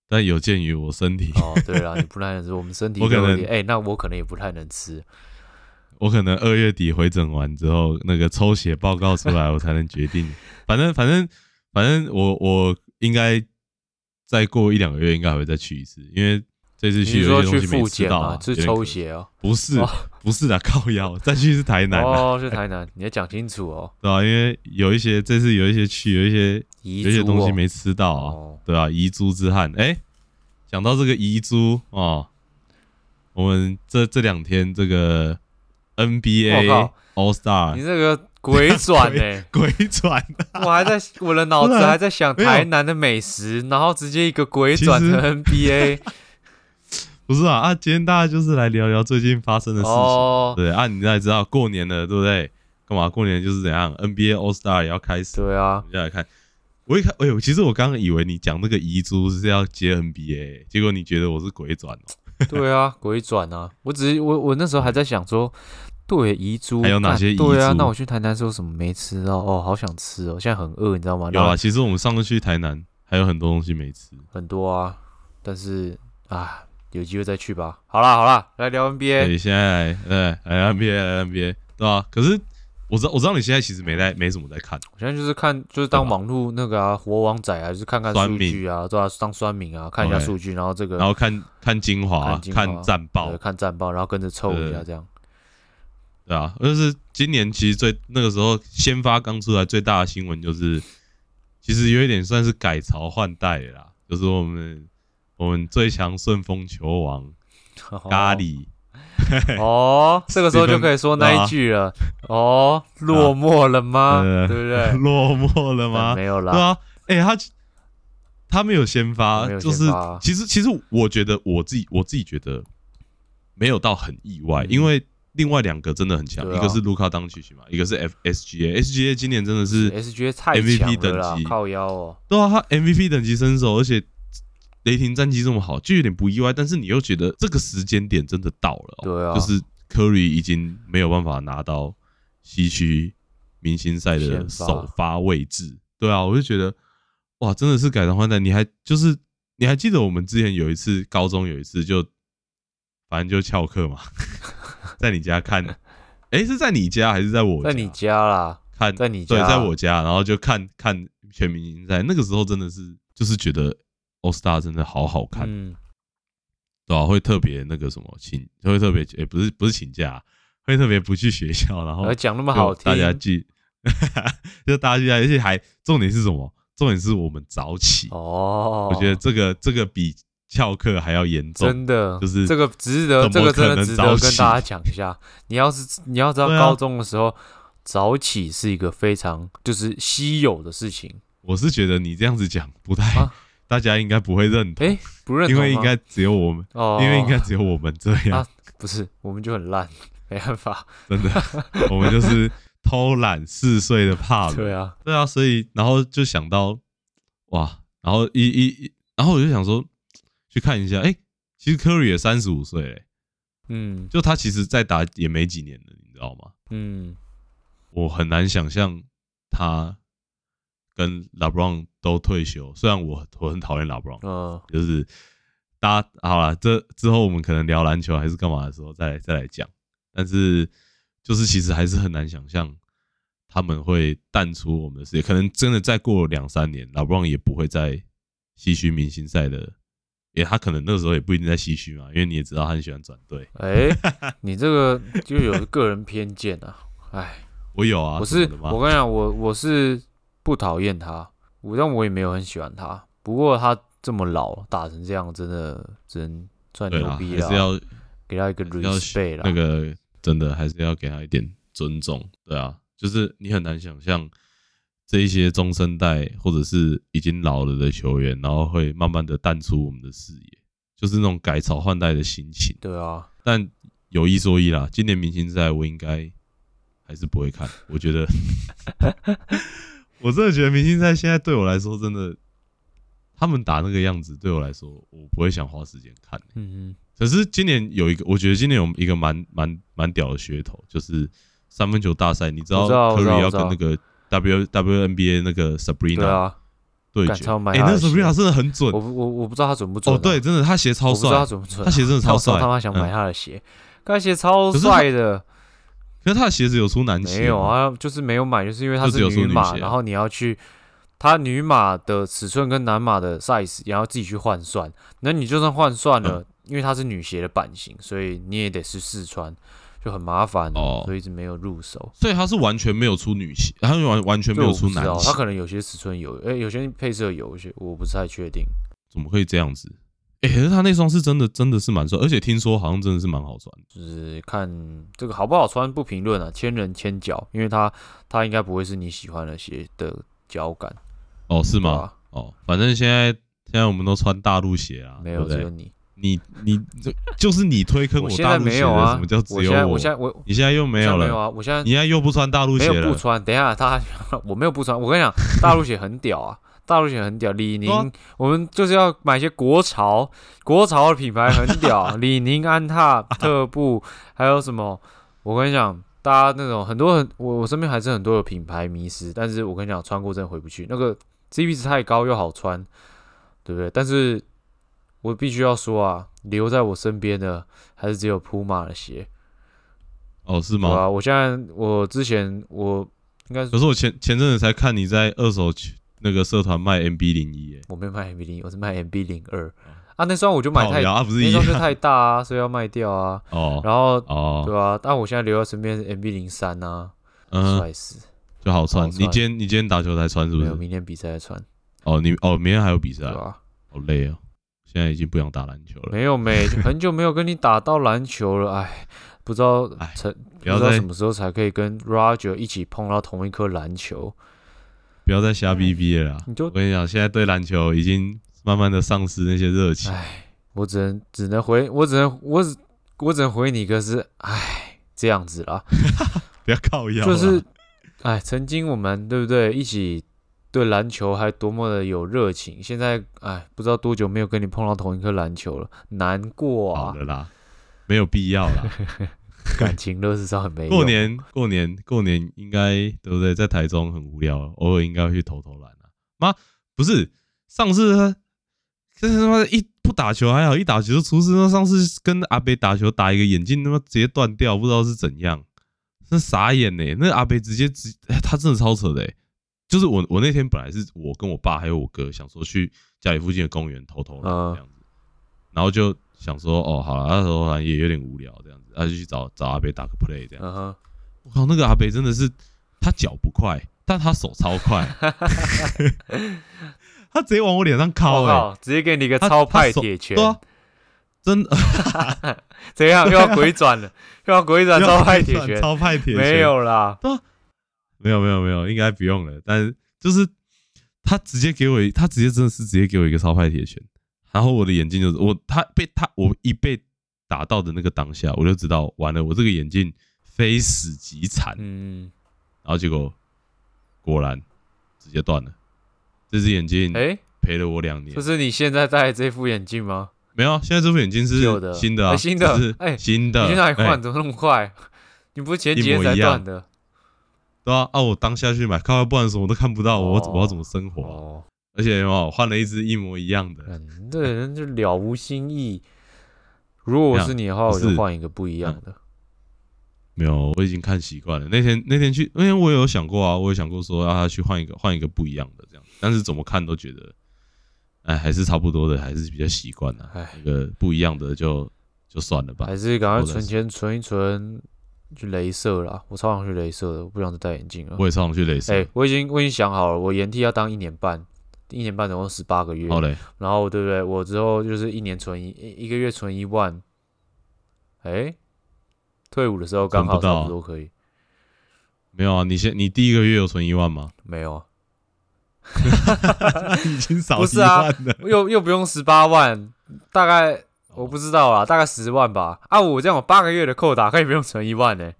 [SPEAKER 1] 但有鉴于我身体，
[SPEAKER 2] 哦，对了，你不太能吃，我们身体
[SPEAKER 1] 我可
[SPEAKER 2] 都有
[SPEAKER 1] 能
[SPEAKER 2] 点哎、那我可能也不太能吃。
[SPEAKER 1] 我可能二月底回诊完之后，那个抽血报告出来，我才能决 定。反正反正反正我我应该再过一两个月应该还会再去一次，因为这次
[SPEAKER 2] 你
[SPEAKER 1] 去有
[SPEAKER 2] 是说
[SPEAKER 1] 些东
[SPEAKER 2] 去
[SPEAKER 1] 西没
[SPEAKER 2] 复
[SPEAKER 1] 吃
[SPEAKER 2] 检
[SPEAKER 1] 到、
[SPEAKER 2] 吗？
[SPEAKER 1] 啊，
[SPEAKER 2] 是
[SPEAKER 1] 有点
[SPEAKER 2] 抽
[SPEAKER 1] 可惜
[SPEAKER 2] 血哦。
[SPEAKER 1] 不是
[SPEAKER 2] 哦，
[SPEAKER 1] 不是啦， 靠腰，再去是台南啦，
[SPEAKER 2] 哦，是台南，你要讲清楚 哦。
[SPEAKER 1] 对吧、因为有一些这次有一些去，有一些
[SPEAKER 2] 遗珠
[SPEAKER 1] 有一些东西
[SPEAKER 2] 哦
[SPEAKER 1] 没吃到啊，
[SPEAKER 2] 哦，
[SPEAKER 1] 对吧、遗珠之憾，哎、讲到这个遗珠哦，我们这这两天这个 NBA
[SPEAKER 2] 我靠
[SPEAKER 1] All Star、
[SPEAKER 2] 你这个鬼转呢
[SPEAKER 1] 鬼转，
[SPEAKER 2] 我还在我的脑子
[SPEAKER 1] 不然
[SPEAKER 2] 还在 想
[SPEAKER 1] 没有
[SPEAKER 2] 台南的美食，然后直接一个鬼转
[SPEAKER 1] 其实
[SPEAKER 2] 成 NBA
[SPEAKER 1] 不是啊啊，今天大家就是来聊聊最近发生的事情，
[SPEAKER 2] 哦，
[SPEAKER 1] 对啊，你大家知道过年了，对不对？干嘛过年就是怎样，NBA All Star 也要开始了。
[SPEAKER 2] 对啊
[SPEAKER 1] 我，们就来看。我一看，哎呦，其实我刚刚以为你讲那个遗珠是要接 NBA，结果你觉得我是鬼转哦、
[SPEAKER 2] 对啊，鬼转啊！我只是我我那时候还在想说，对遗珠
[SPEAKER 1] 还有哪些遗
[SPEAKER 2] 干对啊
[SPEAKER 1] 珠，
[SPEAKER 2] 那我去台南的时候什么没吃到？哦，好想吃哦，现在很饿，你知道吗？
[SPEAKER 1] 有啊
[SPEAKER 2] 然后
[SPEAKER 1] 啦，其实我们上次去台南还有很多东西没吃，
[SPEAKER 2] 很多啊，但是啊，有机会再去吧。好啦好啦，来聊 NBA。
[SPEAKER 1] 对，现在来，呃，来 NBA，来 NBA，对吧、可是我知道，我知道你现在其实没在，没什么在看，
[SPEAKER 2] 我现在就是看，就是当
[SPEAKER 1] 对吧
[SPEAKER 2] 网络那个啊，活网仔啊，就是看看
[SPEAKER 1] 酸
[SPEAKER 2] 数
[SPEAKER 1] 民
[SPEAKER 2] 据啊，对啊，当酸民啊，看一下
[SPEAKER 1] OK
[SPEAKER 2] 数据，然后这个，
[SPEAKER 1] 然后看看精华，
[SPEAKER 2] 看精华
[SPEAKER 1] 看战报
[SPEAKER 2] 对，看战报，然后跟着凑一下
[SPEAKER 1] 对
[SPEAKER 2] 这样。
[SPEAKER 1] 对啊，就是今年其实最那个时候先发刚出来最大的新闻就是，其实有一点算是改朝换代了啦，就是我们我们最强顺风球王咖喱，
[SPEAKER 2] 哦，这个时候就可以说那一句了。哦，落寞了吗？对
[SPEAKER 1] 呃
[SPEAKER 2] 不对？
[SPEAKER 1] 落寞了吗？
[SPEAKER 2] 没有
[SPEAKER 1] 对
[SPEAKER 2] 啦，
[SPEAKER 1] 啊，哎、他他没有先发，
[SPEAKER 2] 没有先
[SPEAKER 1] 就是
[SPEAKER 2] 发
[SPEAKER 1] 其实其实我觉得我自己我自己觉得没有到很意外，
[SPEAKER 2] 嗯
[SPEAKER 1] 因为另外两个真的很强，
[SPEAKER 2] 对啊
[SPEAKER 1] 一个是卢卡当奇奇嘛，一个是 F S G A S G A 今年真的是
[SPEAKER 2] SGA 太
[SPEAKER 1] MVP
[SPEAKER 2] 强了啦
[SPEAKER 1] 等级，
[SPEAKER 2] 靠腰哦。
[SPEAKER 1] 对啊，他 MVP 等级身手，而且雷霆战绩这么好，就有点不意外，但是你又觉得这个时间点真的到了哦、
[SPEAKER 2] 对啊
[SPEAKER 1] 就是 Curry 已经没有办法拿到西区明星赛的
[SPEAKER 2] 先发
[SPEAKER 1] 首发位置。对啊，我就觉得哇，真的是改朝换代。你还就是你还记得我们之前有一次高中有一次就反正就翘课嘛， 在你家看，诶，是在你家还是在我家？
[SPEAKER 2] 在你家啦，
[SPEAKER 1] 看
[SPEAKER 2] 在你
[SPEAKER 1] 对，
[SPEAKER 2] 家
[SPEAKER 1] 在我家，然后就看看全明星赛。那个时候真的是就是觉得 All Star 真的好好看，
[SPEAKER 2] 嗯，
[SPEAKER 1] 对吧、啊会特别那个什么请，会特别也、不是不是请假，会特别不去学校，然后
[SPEAKER 2] 而讲那么好
[SPEAKER 1] 就大家
[SPEAKER 2] 听
[SPEAKER 1] 聚， 就大家聚在一起，而且还重点是什么？重点是我们早起，
[SPEAKER 2] 哦。
[SPEAKER 1] 我觉得这个这个比翘课还要严重。
[SPEAKER 2] 真的，
[SPEAKER 1] 哦就是
[SPEAKER 2] 这个值得，这
[SPEAKER 1] 怎
[SPEAKER 2] 个
[SPEAKER 1] 么
[SPEAKER 2] 真
[SPEAKER 1] 可
[SPEAKER 2] 的
[SPEAKER 1] 能
[SPEAKER 2] 值得
[SPEAKER 1] 早
[SPEAKER 2] 跟
[SPEAKER 1] 起
[SPEAKER 2] 大家讲一下。你要是你要知道，
[SPEAKER 1] 对啊
[SPEAKER 2] 高中的时候、早起是一个非常就是稀有的事情。
[SPEAKER 1] 我是觉得你这样子讲不太，
[SPEAKER 2] 啊
[SPEAKER 1] 大家应该不会认同，
[SPEAKER 2] 哎，不认同
[SPEAKER 1] 因为应
[SPEAKER 2] 吗
[SPEAKER 1] 该只有我们，
[SPEAKER 2] 哦，
[SPEAKER 1] 因为应该只有我们这样。
[SPEAKER 2] 啊不是，我们就很烂，没办法。
[SPEAKER 1] 真的， 我们就是偷懒嗜睡的怕冷。
[SPEAKER 2] 对啊，
[SPEAKER 1] 对啊，所以然后就想到哇，然后一一一，然后我就想说去看一下，哎、其实 Curry 也三十五岁嘞，
[SPEAKER 2] 嗯
[SPEAKER 1] 就他其实再打也没几年了，你知道吗？
[SPEAKER 2] 嗯，
[SPEAKER 1] 我很难想象他跟 LeBron 都退休，虽然我我很讨厌 LeBron，
[SPEAKER 2] 呃，
[SPEAKER 1] 就是大家好了，这之后我们可能聊篮球还是干嘛的时候再来再来讲。但是就是其实还是很难想象他们会淡出我们的视野，可能真的再过两三年，老布朗也不会在西区明星赛的，也他可能那个时候也不一定在西区嘛，因为你也知道他很喜欢转队。
[SPEAKER 2] 哎，你这个就有个人偏见啊。哎，
[SPEAKER 1] 我有 啊，
[SPEAKER 2] 我是
[SPEAKER 1] 什么的吗
[SPEAKER 2] 我跟你讲，我我是不讨厌他，我但我也没有很喜欢他。不过他这么老，打成这样，真的真算
[SPEAKER 1] 对
[SPEAKER 2] 牛
[SPEAKER 1] 啦，还
[SPEAKER 2] 逼
[SPEAKER 1] 是
[SPEAKER 2] 了啊，
[SPEAKER 1] 要
[SPEAKER 2] 给他一个
[SPEAKER 1] 还是要学
[SPEAKER 2] respect 啦。
[SPEAKER 1] 那个真的还是要给他一点尊重，对啊，就是你很难想象这一些中生代或者是已经老了的球员，然后会慢慢的淡出我们的视野，就是那种改朝换代的心情。
[SPEAKER 2] 对啊，
[SPEAKER 1] 但有一说一啦，今年明星赛我应该还是不会看，我觉得， 我真的觉得明星赛现在对我来说真的，他们打那个样子对我来说，我不会想花时间看、
[SPEAKER 2] 嗯嗯，
[SPEAKER 1] 可是今年有一个，我觉得今年有一个蛮蛮蛮屌的噱头，就是三分球大赛。你知
[SPEAKER 2] 我知道我
[SPEAKER 1] 科
[SPEAKER 2] 知
[SPEAKER 1] 里
[SPEAKER 2] 道我
[SPEAKER 1] 要
[SPEAKER 2] 知
[SPEAKER 1] 跟
[SPEAKER 2] 道
[SPEAKER 1] 那个 W W NBA 那个
[SPEAKER 2] 对
[SPEAKER 1] Sabrina
[SPEAKER 2] 啊，
[SPEAKER 1] 对
[SPEAKER 2] 干
[SPEAKER 1] 决？
[SPEAKER 2] 超买
[SPEAKER 1] 哎，
[SPEAKER 2] 他
[SPEAKER 1] 那个
[SPEAKER 2] 的鞋
[SPEAKER 1] Sabrina 真的很准
[SPEAKER 2] 我不我我不知道他准不准
[SPEAKER 1] 哦，
[SPEAKER 2] 啊、
[SPEAKER 1] 对，真的，他鞋超
[SPEAKER 2] 我不知道
[SPEAKER 1] 帅
[SPEAKER 2] 他，准不准啊、
[SPEAKER 1] 他鞋真的
[SPEAKER 2] 但
[SPEAKER 1] 超
[SPEAKER 2] 我超
[SPEAKER 1] 帅。
[SPEAKER 2] 他妈想买
[SPEAKER 1] 嗯
[SPEAKER 2] 他的鞋，他鞋超
[SPEAKER 1] 可是
[SPEAKER 2] 帅的。
[SPEAKER 1] 可是他的鞋子有出男鞋
[SPEAKER 2] 没有
[SPEAKER 1] 吗？
[SPEAKER 2] 啊，就是没有买，就是因为它
[SPEAKER 1] 就是只有出
[SPEAKER 2] 女
[SPEAKER 1] 女
[SPEAKER 2] 码，
[SPEAKER 1] 鞋
[SPEAKER 2] 然
[SPEAKER 1] 啊
[SPEAKER 2] 后你要去它女码的尺寸跟男码的 size，然后自己去换算。那你就算换算了，
[SPEAKER 1] 嗯
[SPEAKER 2] 因为它是女鞋的版型，所以你也得是试穿，就很麻烦、
[SPEAKER 1] 哦
[SPEAKER 2] 所以一直没有入手。
[SPEAKER 1] 所以他是完全没有出女鞋，他完完全没有出男
[SPEAKER 2] 就我不知
[SPEAKER 1] 鞋
[SPEAKER 2] 道，它，可能有些尺寸有，哎、有些配色有，有些我不是太确定。
[SPEAKER 1] 怎么可以这样子？哎，可是他那双是真的真的是蛮帅，而且听说好像真的是蛮好穿的。
[SPEAKER 2] 就是看这个好不好穿，不评论啊，千人千脚，因为它它应该不会是你喜欢的鞋的脚感，
[SPEAKER 1] 哦，是
[SPEAKER 2] 对啊吧、
[SPEAKER 1] 吗？哦，反正现在现在我们都穿大陆鞋啊，
[SPEAKER 2] 没
[SPEAKER 1] 对
[SPEAKER 2] 有，
[SPEAKER 1] 不对
[SPEAKER 2] 只有你。
[SPEAKER 1] 你你就就是你推坑
[SPEAKER 2] 我现
[SPEAKER 1] 大
[SPEAKER 2] 在
[SPEAKER 1] 陆
[SPEAKER 2] 没
[SPEAKER 1] 鞋
[SPEAKER 2] 有
[SPEAKER 1] 的，
[SPEAKER 2] 啊，
[SPEAKER 1] 什么叫只
[SPEAKER 2] 我
[SPEAKER 1] 有
[SPEAKER 2] 现在我现在我
[SPEAKER 1] 你现在又没
[SPEAKER 2] 现在
[SPEAKER 1] 有
[SPEAKER 2] 没
[SPEAKER 1] 了，
[SPEAKER 2] 有啊，我现在
[SPEAKER 1] 你现在又不穿大陆
[SPEAKER 2] 没
[SPEAKER 1] 鞋
[SPEAKER 2] 有不
[SPEAKER 1] 了，
[SPEAKER 2] 穿。等一下他我没有不穿，我跟你讲， 大陆鞋很屌啊，大陆鞋很屌。李宁，
[SPEAKER 1] 对啊
[SPEAKER 2] 我们就是要买一些国潮，国潮的品牌很屌，李宁、安踏、特步，还有什么？我跟你讲。大家那种很多很我我身边还是很多的品牌迷失，但是我跟你讲，穿过真的回不去。那个 CP 值太高又好穿，对不对？但是我必须要说啊，留在我身边的还是只有 Puma 的鞋，
[SPEAKER 1] 哦，是
[SPEAKER 2] 对啊
[SPEAKER 1] 吗？
[SPEAKER 2] 吧？我现在我之前我应该
[SPEAKER 1] 可
[SPEAKER 2] 是
[SPEAKER 1] 是我前前阵子才看你在二手去那个社团卖 MB 零一，
[SPEAKER 2] 我没有卖 MB 零，我是卖 MB 零二啊，那双我就买
[SPEAKER 1] 靠
[SPEAKER 2] 太
[SPEAKER 1] 哦腰啊，不是
[SPEAKER 2] 那
[SPEAKER 1] 一
[SPEAKER 2] 双就
[SPEAKER 1] 样
[SPEAKER 2] 太大啊，所以要卖掉啊。
[SPEAKER 1] 哦
[SPEAKER 2] 然后对
[SPEAKER 1] 哦，
[SPEAKER 2] 啊，但我现在留在身边是 MB 零三啊，
[SPEAKER 1] 嗯，
[SPEAKER 2] 帅死！
[SPEAKER 1] 就好穿。
[SPEAKER 2] 好
[SPEAKER 1] 你
[SPEAKER 2] 穿
[SPEAKER 1] 今天你今天打球才穿是不
[SPEAKER 2] 没有
[SPEAKER 1] 是？
[SPEAKER 2] 明天比赛再穿，
[SPEAKER 1] 哦，你哦，明天还有比赛
[SPEAKER 2] 对
[SPEAKER 1] 啊，
[SPEAKER 2] 吧？
[SPEAKER 1] 好累哦，现在已经不想打篮球了。
[SPEAKER 2] 没有没，很久没有跟你打到篮球了，哎，不知道
[SPEAKER 1] 哎
[SPEAKER 2] 成不
[SPEAKER 1] 不
[SPEAKER 2] 知
[SPEAKER 1] 要
[SPEAKER 2] 道
[SPEAKER 1] 再
[SPEAKER 2] 什么时候才可以跟 Roger 一起碰到同一颗篮球。
[SPEAKER 1] 不要再瞎逼逼了啦！
[SPEAKER 2] 你就
[SPEAKER 1] 我跟你讲，现在对篮球已经慢慢的丧失那些热情。
[SPEAKER 2] 哎，我只能只能回，我只能我只我只能回你一个是，哎，这样子啦，
[SPEAKER 1] 不要靠腰啦，
[SPEAKER 2] 就是，哎，曾经我们对不对，一起对篮球还多么的有热情，现在哎，不知道多久没有跟你碰到同一颗篮球了，难过
[SPEAKER 1] 好
[SPEAKER 2] 啊，
[SPEAKER 1] 的啦，没有必要啦。
[SPEAKER 2] 感情乐是上很没 用。
[SPEAKER 1] 过年过年过年应该对不对？在台中很无聊，偶尔应该会去投投篮啊。妈，不是上次他，这他妈一不打球还好，一打球就出事。那上次跟阿北打球打一个眼镜，他妈直接断掉，不知道是怎样，那傻眼呢、那阿北直接直，哎他真的超扯的、欸。就是我我那天本来是我跟我爸还有我哥想说去家里附近的公园投投篮
[SPEAKER 2] 嗯
[SPEAKER 1] 这样子，然后就想说哦好了，那投投篮也有点无聊这样子，他啊就去找找阿北打个 play 这样。
[SPEAKER 2] 嗯哼，
[SPEAKER 1] 我靠，那个阿北真的是他脚不快，但他手超 快，他直接往我脸上敲
[SPEAKER 2] 我
[SPEAKER 1] 哎、
[SPEAKER 2] 靠直接给你一个
[SPEAKER 1] 他
[SPEAKER 2] 超
[SPEAKER 1] 他
[SPEAKER 2] 派
[SPEAKER 1] 手
[SPEAKER 2] 铁拳
[SPEAKER 1] 对，啊，真的
[SPEAKER 2] 怎样又要鬼转了，又要鬼 转超派铁拳，
[SPEAKER 1] 超派铁拳
[SPEAKER 2] 没有啦，
[SPEAKER 1] 没有没有没有，应该不用了，但是就是他直接给我一，他直接真的是直接给我一个超派铁拳，然后我的眼镜就是我他被他我一被打到的那个当下，我就知道完了，我这个眼镜非死即残，
[SPEAKER 2] 嗯，
[SPEAKER 1] 然后结果果然直接断了，这只眼镜
[SPEAKER 2] 哎，
[SPEAKER 1] 陪了我两年
[SPEAKER 2] 这。是你现在戴的这副眼镜吗？
[SPEAKER 1] 没有啊，现在这副眼镜是
[SPEAKER 2] 旧的
[SPEAKER 1] 新的啊，
[SPEAKER 2] 哎新的
[SPEAKER 1] 这是
[SPEAKER 2] 哎
[SPEAKER 1] 新的，
[SPEAKER 2] 你去哪里换？
[SPEAKER 1] 哎
[SPEAKER 2] 怎么那么快？ 你不是前几
[SPEAKER 1] 一
[SPEAKER 2] 天
[SPEAKER 1] 模
[SPEAKER 2] 才
[SPEAKER 1] 一样
[SPEAKER 2] 断的？
[SPEAKER 1] 对啊，啊，我当下去买，靠，不然什么都看不到，我怎
[SPEAKER 2] 哦
[SPEAKER 1] 么要怎么生活啊？
[SPEAKER 2] 哦，
[SPEAKER 1] 而且哦，换了一只一模一样的，
[SPEAKER 2] 嗯，这人就了无新意。如果我是你的话，
[SPEAKER 1] 不
[SPEAKER 2] 我就是换一个不一样的。
[SPEAKER 1] 没有，我已经看习惯了。那天那天去，那天我有想过啊，我有想过说让他去换一个换一个不一样的这样，但是怎么看都觉得，哎，还是差不多的，还是比较习惯的。
[SPEAKER 2] 哎，
[SPEAKER 1] 那个不一样的就就算了嗯吧
[SPEAKER 2] 还。是赶快
[SPEAKER 1] 我的
[SPEAKER 2] 存钱存一存，去镭射啦。我超想去镭射的，我不想再戴眼镜了
[SPEAKER 1] 我。也超想去镭射
[SPEAKER 2] 哎、，我已经我已经想好了，我延替要当一年半，一年半总共十八个月。
[SPEAKER 1] 好嘞，
[SPEAKER 2] 然后对不对？我之后就是一年存一一一个月存一万，哎、退伍的时候刚好
[SPEAKER 1] 存不到啊
[SPEAKER 2] 差不多可以。
[SPEAKER 1] 没有啊，你先你第一个月有存一万 吗？
[SPEAKER 2] 没有，啊，
[SPEAKER 1] 已经少
[SPEAKER 2] 不
[SPEAKER 1] 一
[SPEAKER 2] 是啊
[SPEAKER 1] 万了。
[SPEAKER 2] 又又不用十八万，大概我不知道啦，大概十万吧。啊，我这样我八个月的扣打可以不用存一万呢、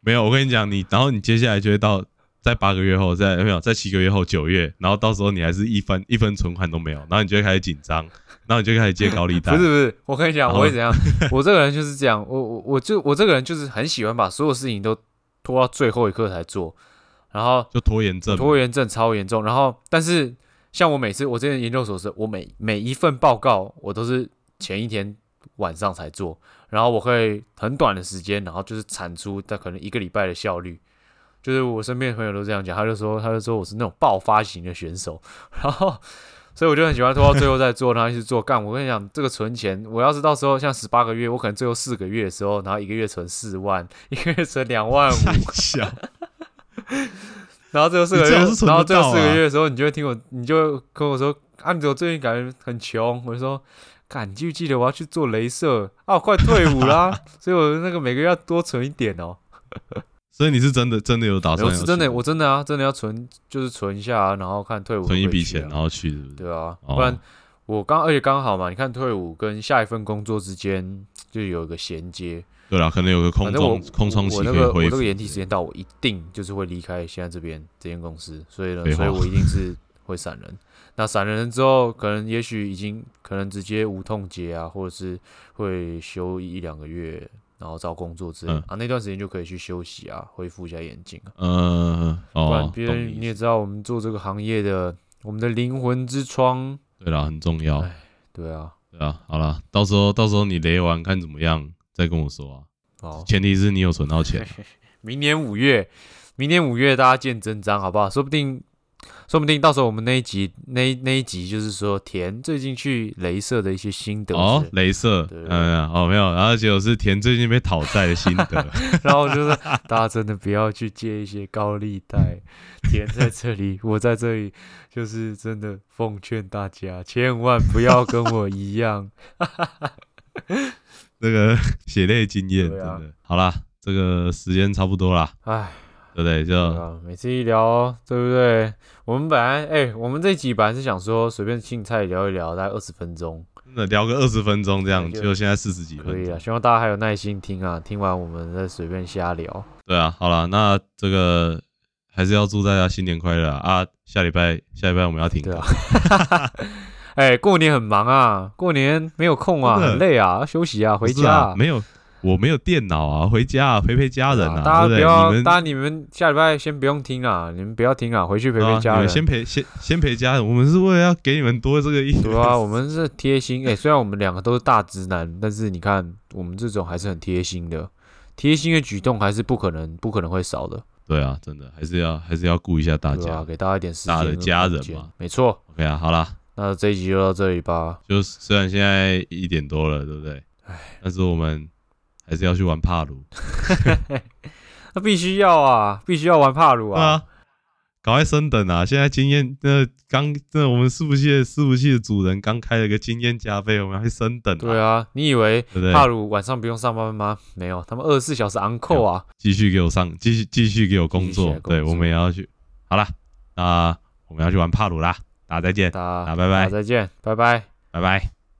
[SPEAKER 1] 没有，我跟你讲，你然后你接下来就会到在八个月后，在没有在七个月后九月，然后到时候你还是一分一分存款都没有，然后你就会开始紧张，然后你就开始借高利贷。
[SPEAKER 2] 不 是不是，我跟你讲，
[SPEAKER 1] 好
[SPEAKER 2] 我会怎样？我这个人就是这样，我我我就我这个人就是很喜欢把所有事情都拖到最后一刻才做，然后
[SPEAKER 1] 就拖延症嘛，
[SPEAKER 2] 拖延症超严重。然后，但是像我每次我之前研究所是，我每每一份报告我都是前一天晚上才做，然后我会很短的时间，然后就是产出在可能一个礼拜的效率。就是我身边的朋友都这样讲，他就说他就说我是那种爆发型的选手， 然后所以我就很喜欢拖到最后再做，然后一直做干。我跟你讲，这个存钱，我要是到时候像十八个月，我可能最后四个月的时候，然后一个月存四万，一个月存两万五，
[SPEAKER 1] 小
[SPEAKER 2] 然后最后四个
[SPEAKER 1] 你
[SPEAKER 2] 月，
[SPEAKER 1] 最好是存
[SPEAKER 2] 然后
[SPEAKER 1] 得
[SPEAKER 2] 最后
[SPEAKER 1] 到
[SPEAKER 2] 四个
[SPEAKER 1] 啊
[SPEAKER 2] 月的时候，你就会听我，你就会跟我说啊，你怎么最近感觉很穷？我就说，干，你记不记得我要去做镭射啊？我快退伍啦、 所以我那个每个月要多存一点哦。
[SPEAKER 1] 所以你是真的真的有打
[SPEAKER 2] 没
[SPEAKER 1] 算
[SPEAKER 2] 有
[SPEAKER 1] 要去？
[SPEAKER 2] 是真的，我真的啊，真的要存，就是存一下、啊，然后看退伍会不会
[SPEAKER 1] 存一笔
[SPEAKER 2] 去啊
[SPEAKER 1] 钱，然后去，是不是？
[SPEAKER 2] 对啊，
[SPEAKER 1] 哦
[SPEAKER 2] 不然我刚而且刚好嘛，你看退伍跟下一份工作之间就有一个衔接，
[SPEAKER 1] 对啦，可能有个空
[SPEAKER 2] 反正我
[SPEAKER 1] 窗空窗期
[SPEAKER 2] 我
[SPEAKER 1] 可
[SPEAKER 2] 那
[SPEAKER 1] 以
[SPEAKER 2] 个我
[SPEAKER 1] 恢
[SPEAKER 2] 那
[SPEAKER 1] 复
[SPEAKER 2] 个。延期时间到，我一定就是会离开现在这边这间公司，所以呢，
[SPEAKER 1] 废话
[SPEAKER 2] 所以我一定是会闪人。那闪人之后，可能也许已经可能直接无痛接啊，或者是会休一两个月，然后找工作之类的、
[SPEAKER 1] 嗯
[SPEAKER 2] 啊，那段时间就可以去休息啊，恢复一下眼睛啊。
[SPEAKER 1] 嗯，
[SPEAKER 2] 不然
[SPEAKER 1] 哦，
[SPEAKER 2] 别
[SPEAKER 1] 懂
[SPEAKER 2] 人你
[SPEAKER 1] 你意
[SPEAKER 2] 也
[SPEAKER 1] 思。
[SPEAKER 2] 知道，我们做这个行业的，我们的灵魂之窗，
[SPEAKER 1] 对啦，很重要
[SPEAKER 2] 哎。对啊，
[SPEAKER 1] 对啊，好啦，到时候到时候你雷完看怎么样，再跟我说啊。
[SPEAKER 2] 哦，
[SPEAKER 1] 前提是你有存到钱。
[SPEAKER 2] 明年五月，明年五月大家见真章，好不好？说不定，说不定到时候我们那一集那一那一集就是说田最近去镭射的一些心得
[SPEAKER 1] 哦
[SPEAKER 2] 之，类
[SPEAKER 1] 镭射，
[SPEAKER 2] 对
[SPEAKER 1] 嗯，哦没有，然后结果是田最近被讨债的心 得，
[SPEAKER 2] 然后就是大家真的不要去借一些高利贷。田在这里，我在这里，就是真的奉劝大家，千万不要跟我一样。
[SPEAKER 1] 那个 血泪经验，真
[SPEAKER 2] 对啊
[SPEAKER 1] 的。好啦，这个时间差不多啦，
[SPEAKER 2] 唉，
[SPEAKER 1] 对不对？
[SPEAKER 2] 对
[SPEAKER 1] 就
[SPEAKER 2] 哎啊，每次一聊，对不对？我们本来，哎、我们这一集本来是想说随便青菜聊一聊，大概二十分钟，
[SPEAKER 1] 真的聊个二十分钟这样，
[SPEAKER 2] 对就
[SPEAKER 1] 结果现在四十几
[SPEAKER 2] 可
[SPEAKER 1] 分
[SPEAKER 2] 以啊。
[SPEAKER 1] 钟。
[SPEAKER 2] 希望大家还有耐心听啊，听完我们再随便瞎聊。
[SPEAKER 1] 对啊，好啦，那这个还是要祝大家新年快乐啊！啊下礼拜下礼拜我们要停
[SPEAKER 2] 对啊
[SPEAKER 1] 更，
[SPEAKER 2] 哎、过年很忙啊，过年没有空啊，
[SPEAKER 1] 真的
[SPEAKER 2] 很累啊，要休息啊，回
[SPEAKER 1] 不是
[SPEAKER 2] 家、
[SPEAKER 1] 啊，没有。我没有电脑啊，回家啊陪陪家人
[SPEAKER 2] 啊大家
[SPEAKER 1] 对
[SPEAKER 2] 不
[SPEAKER 1] 对？
[SPEAKER 2] 要，
[SPEAKER 1] 你们
[SPEAKER 2] 大家你们下礼拜先不用听啊，你们不要听啊，回去陪
[SPEAKER 1] 对啊
[SPEAKER 2] 陪家
[SPEAKER 1] 你
[SPEAKER 2] 人。
[SPEAKER 1] 们先陪先先陪家人，我们是为了要给你们多这个一
[SPEAKER 2] 对啊，我们是贴心。哎、虽然我们两个都是大直男，但是你看我们这种还是很贴心的，贴心的举动还是不可能不可能会少的，
[SPEAKER 1] 对啊，真的还是要还是要顾一下大
[SPEAKER 2] 对啊
[SPEAKER 1] 家
[SPEAKER 2] 吧、。给大家一点时间
[SPEAKER 1] 大家的
[SPEAKER 2] 跟
[SPEAKER 1] 家
[SPEAKER 2] 空
[SPEAKER 1] 人
[SPEAKER 2] 间
[SPEAKER 1] 嘛，
[SPEAKER 2] 没错。
[SPEAKER 1] OK 啊，好啦，
[SPEAKER 2] 那这一集就到这里吧。
[SPEAKER 1] 就虽然现在一点多了，对不对？但是我们还是要去玩帕鲁
[SPEAKER 2] 那必须要啊，必须要玩帕鲁啊。
[SPEAKER 1] 啊，赶快升等啊！现在经验那刚那我们伺服器的伺服器的主人刚开了个经验加倍，我们要去升等、啊，
[SPEAKER 2] 对啊，你以为
[SPEAKER 1] 对不对？
[SPEAKER 2] 帕鲁晚上不用上班吗？没有，他们二十四小时昂扣啊。
[SPEAKER 1] 继续给我上，继续继续给我工
[SPEAKER 2] 继续
[SPEAKER 1] 作，
[SPEAKER 2] 来工作
[SPEAKER 1] 对我们也要去。好啦，那我们要去玩帕鲁啦，大家再见，
[SPEAKER 2] 大
[SPEAKER 1] 大家
[SPEAKER 2] 家
[SPEAKER 1] 拜
[SPEAKER 2] 大家
[SPEAKER 1] 拜，
[SPEAKER 2] 再见，拜拜。
[SPEAKER 1] 拜拜。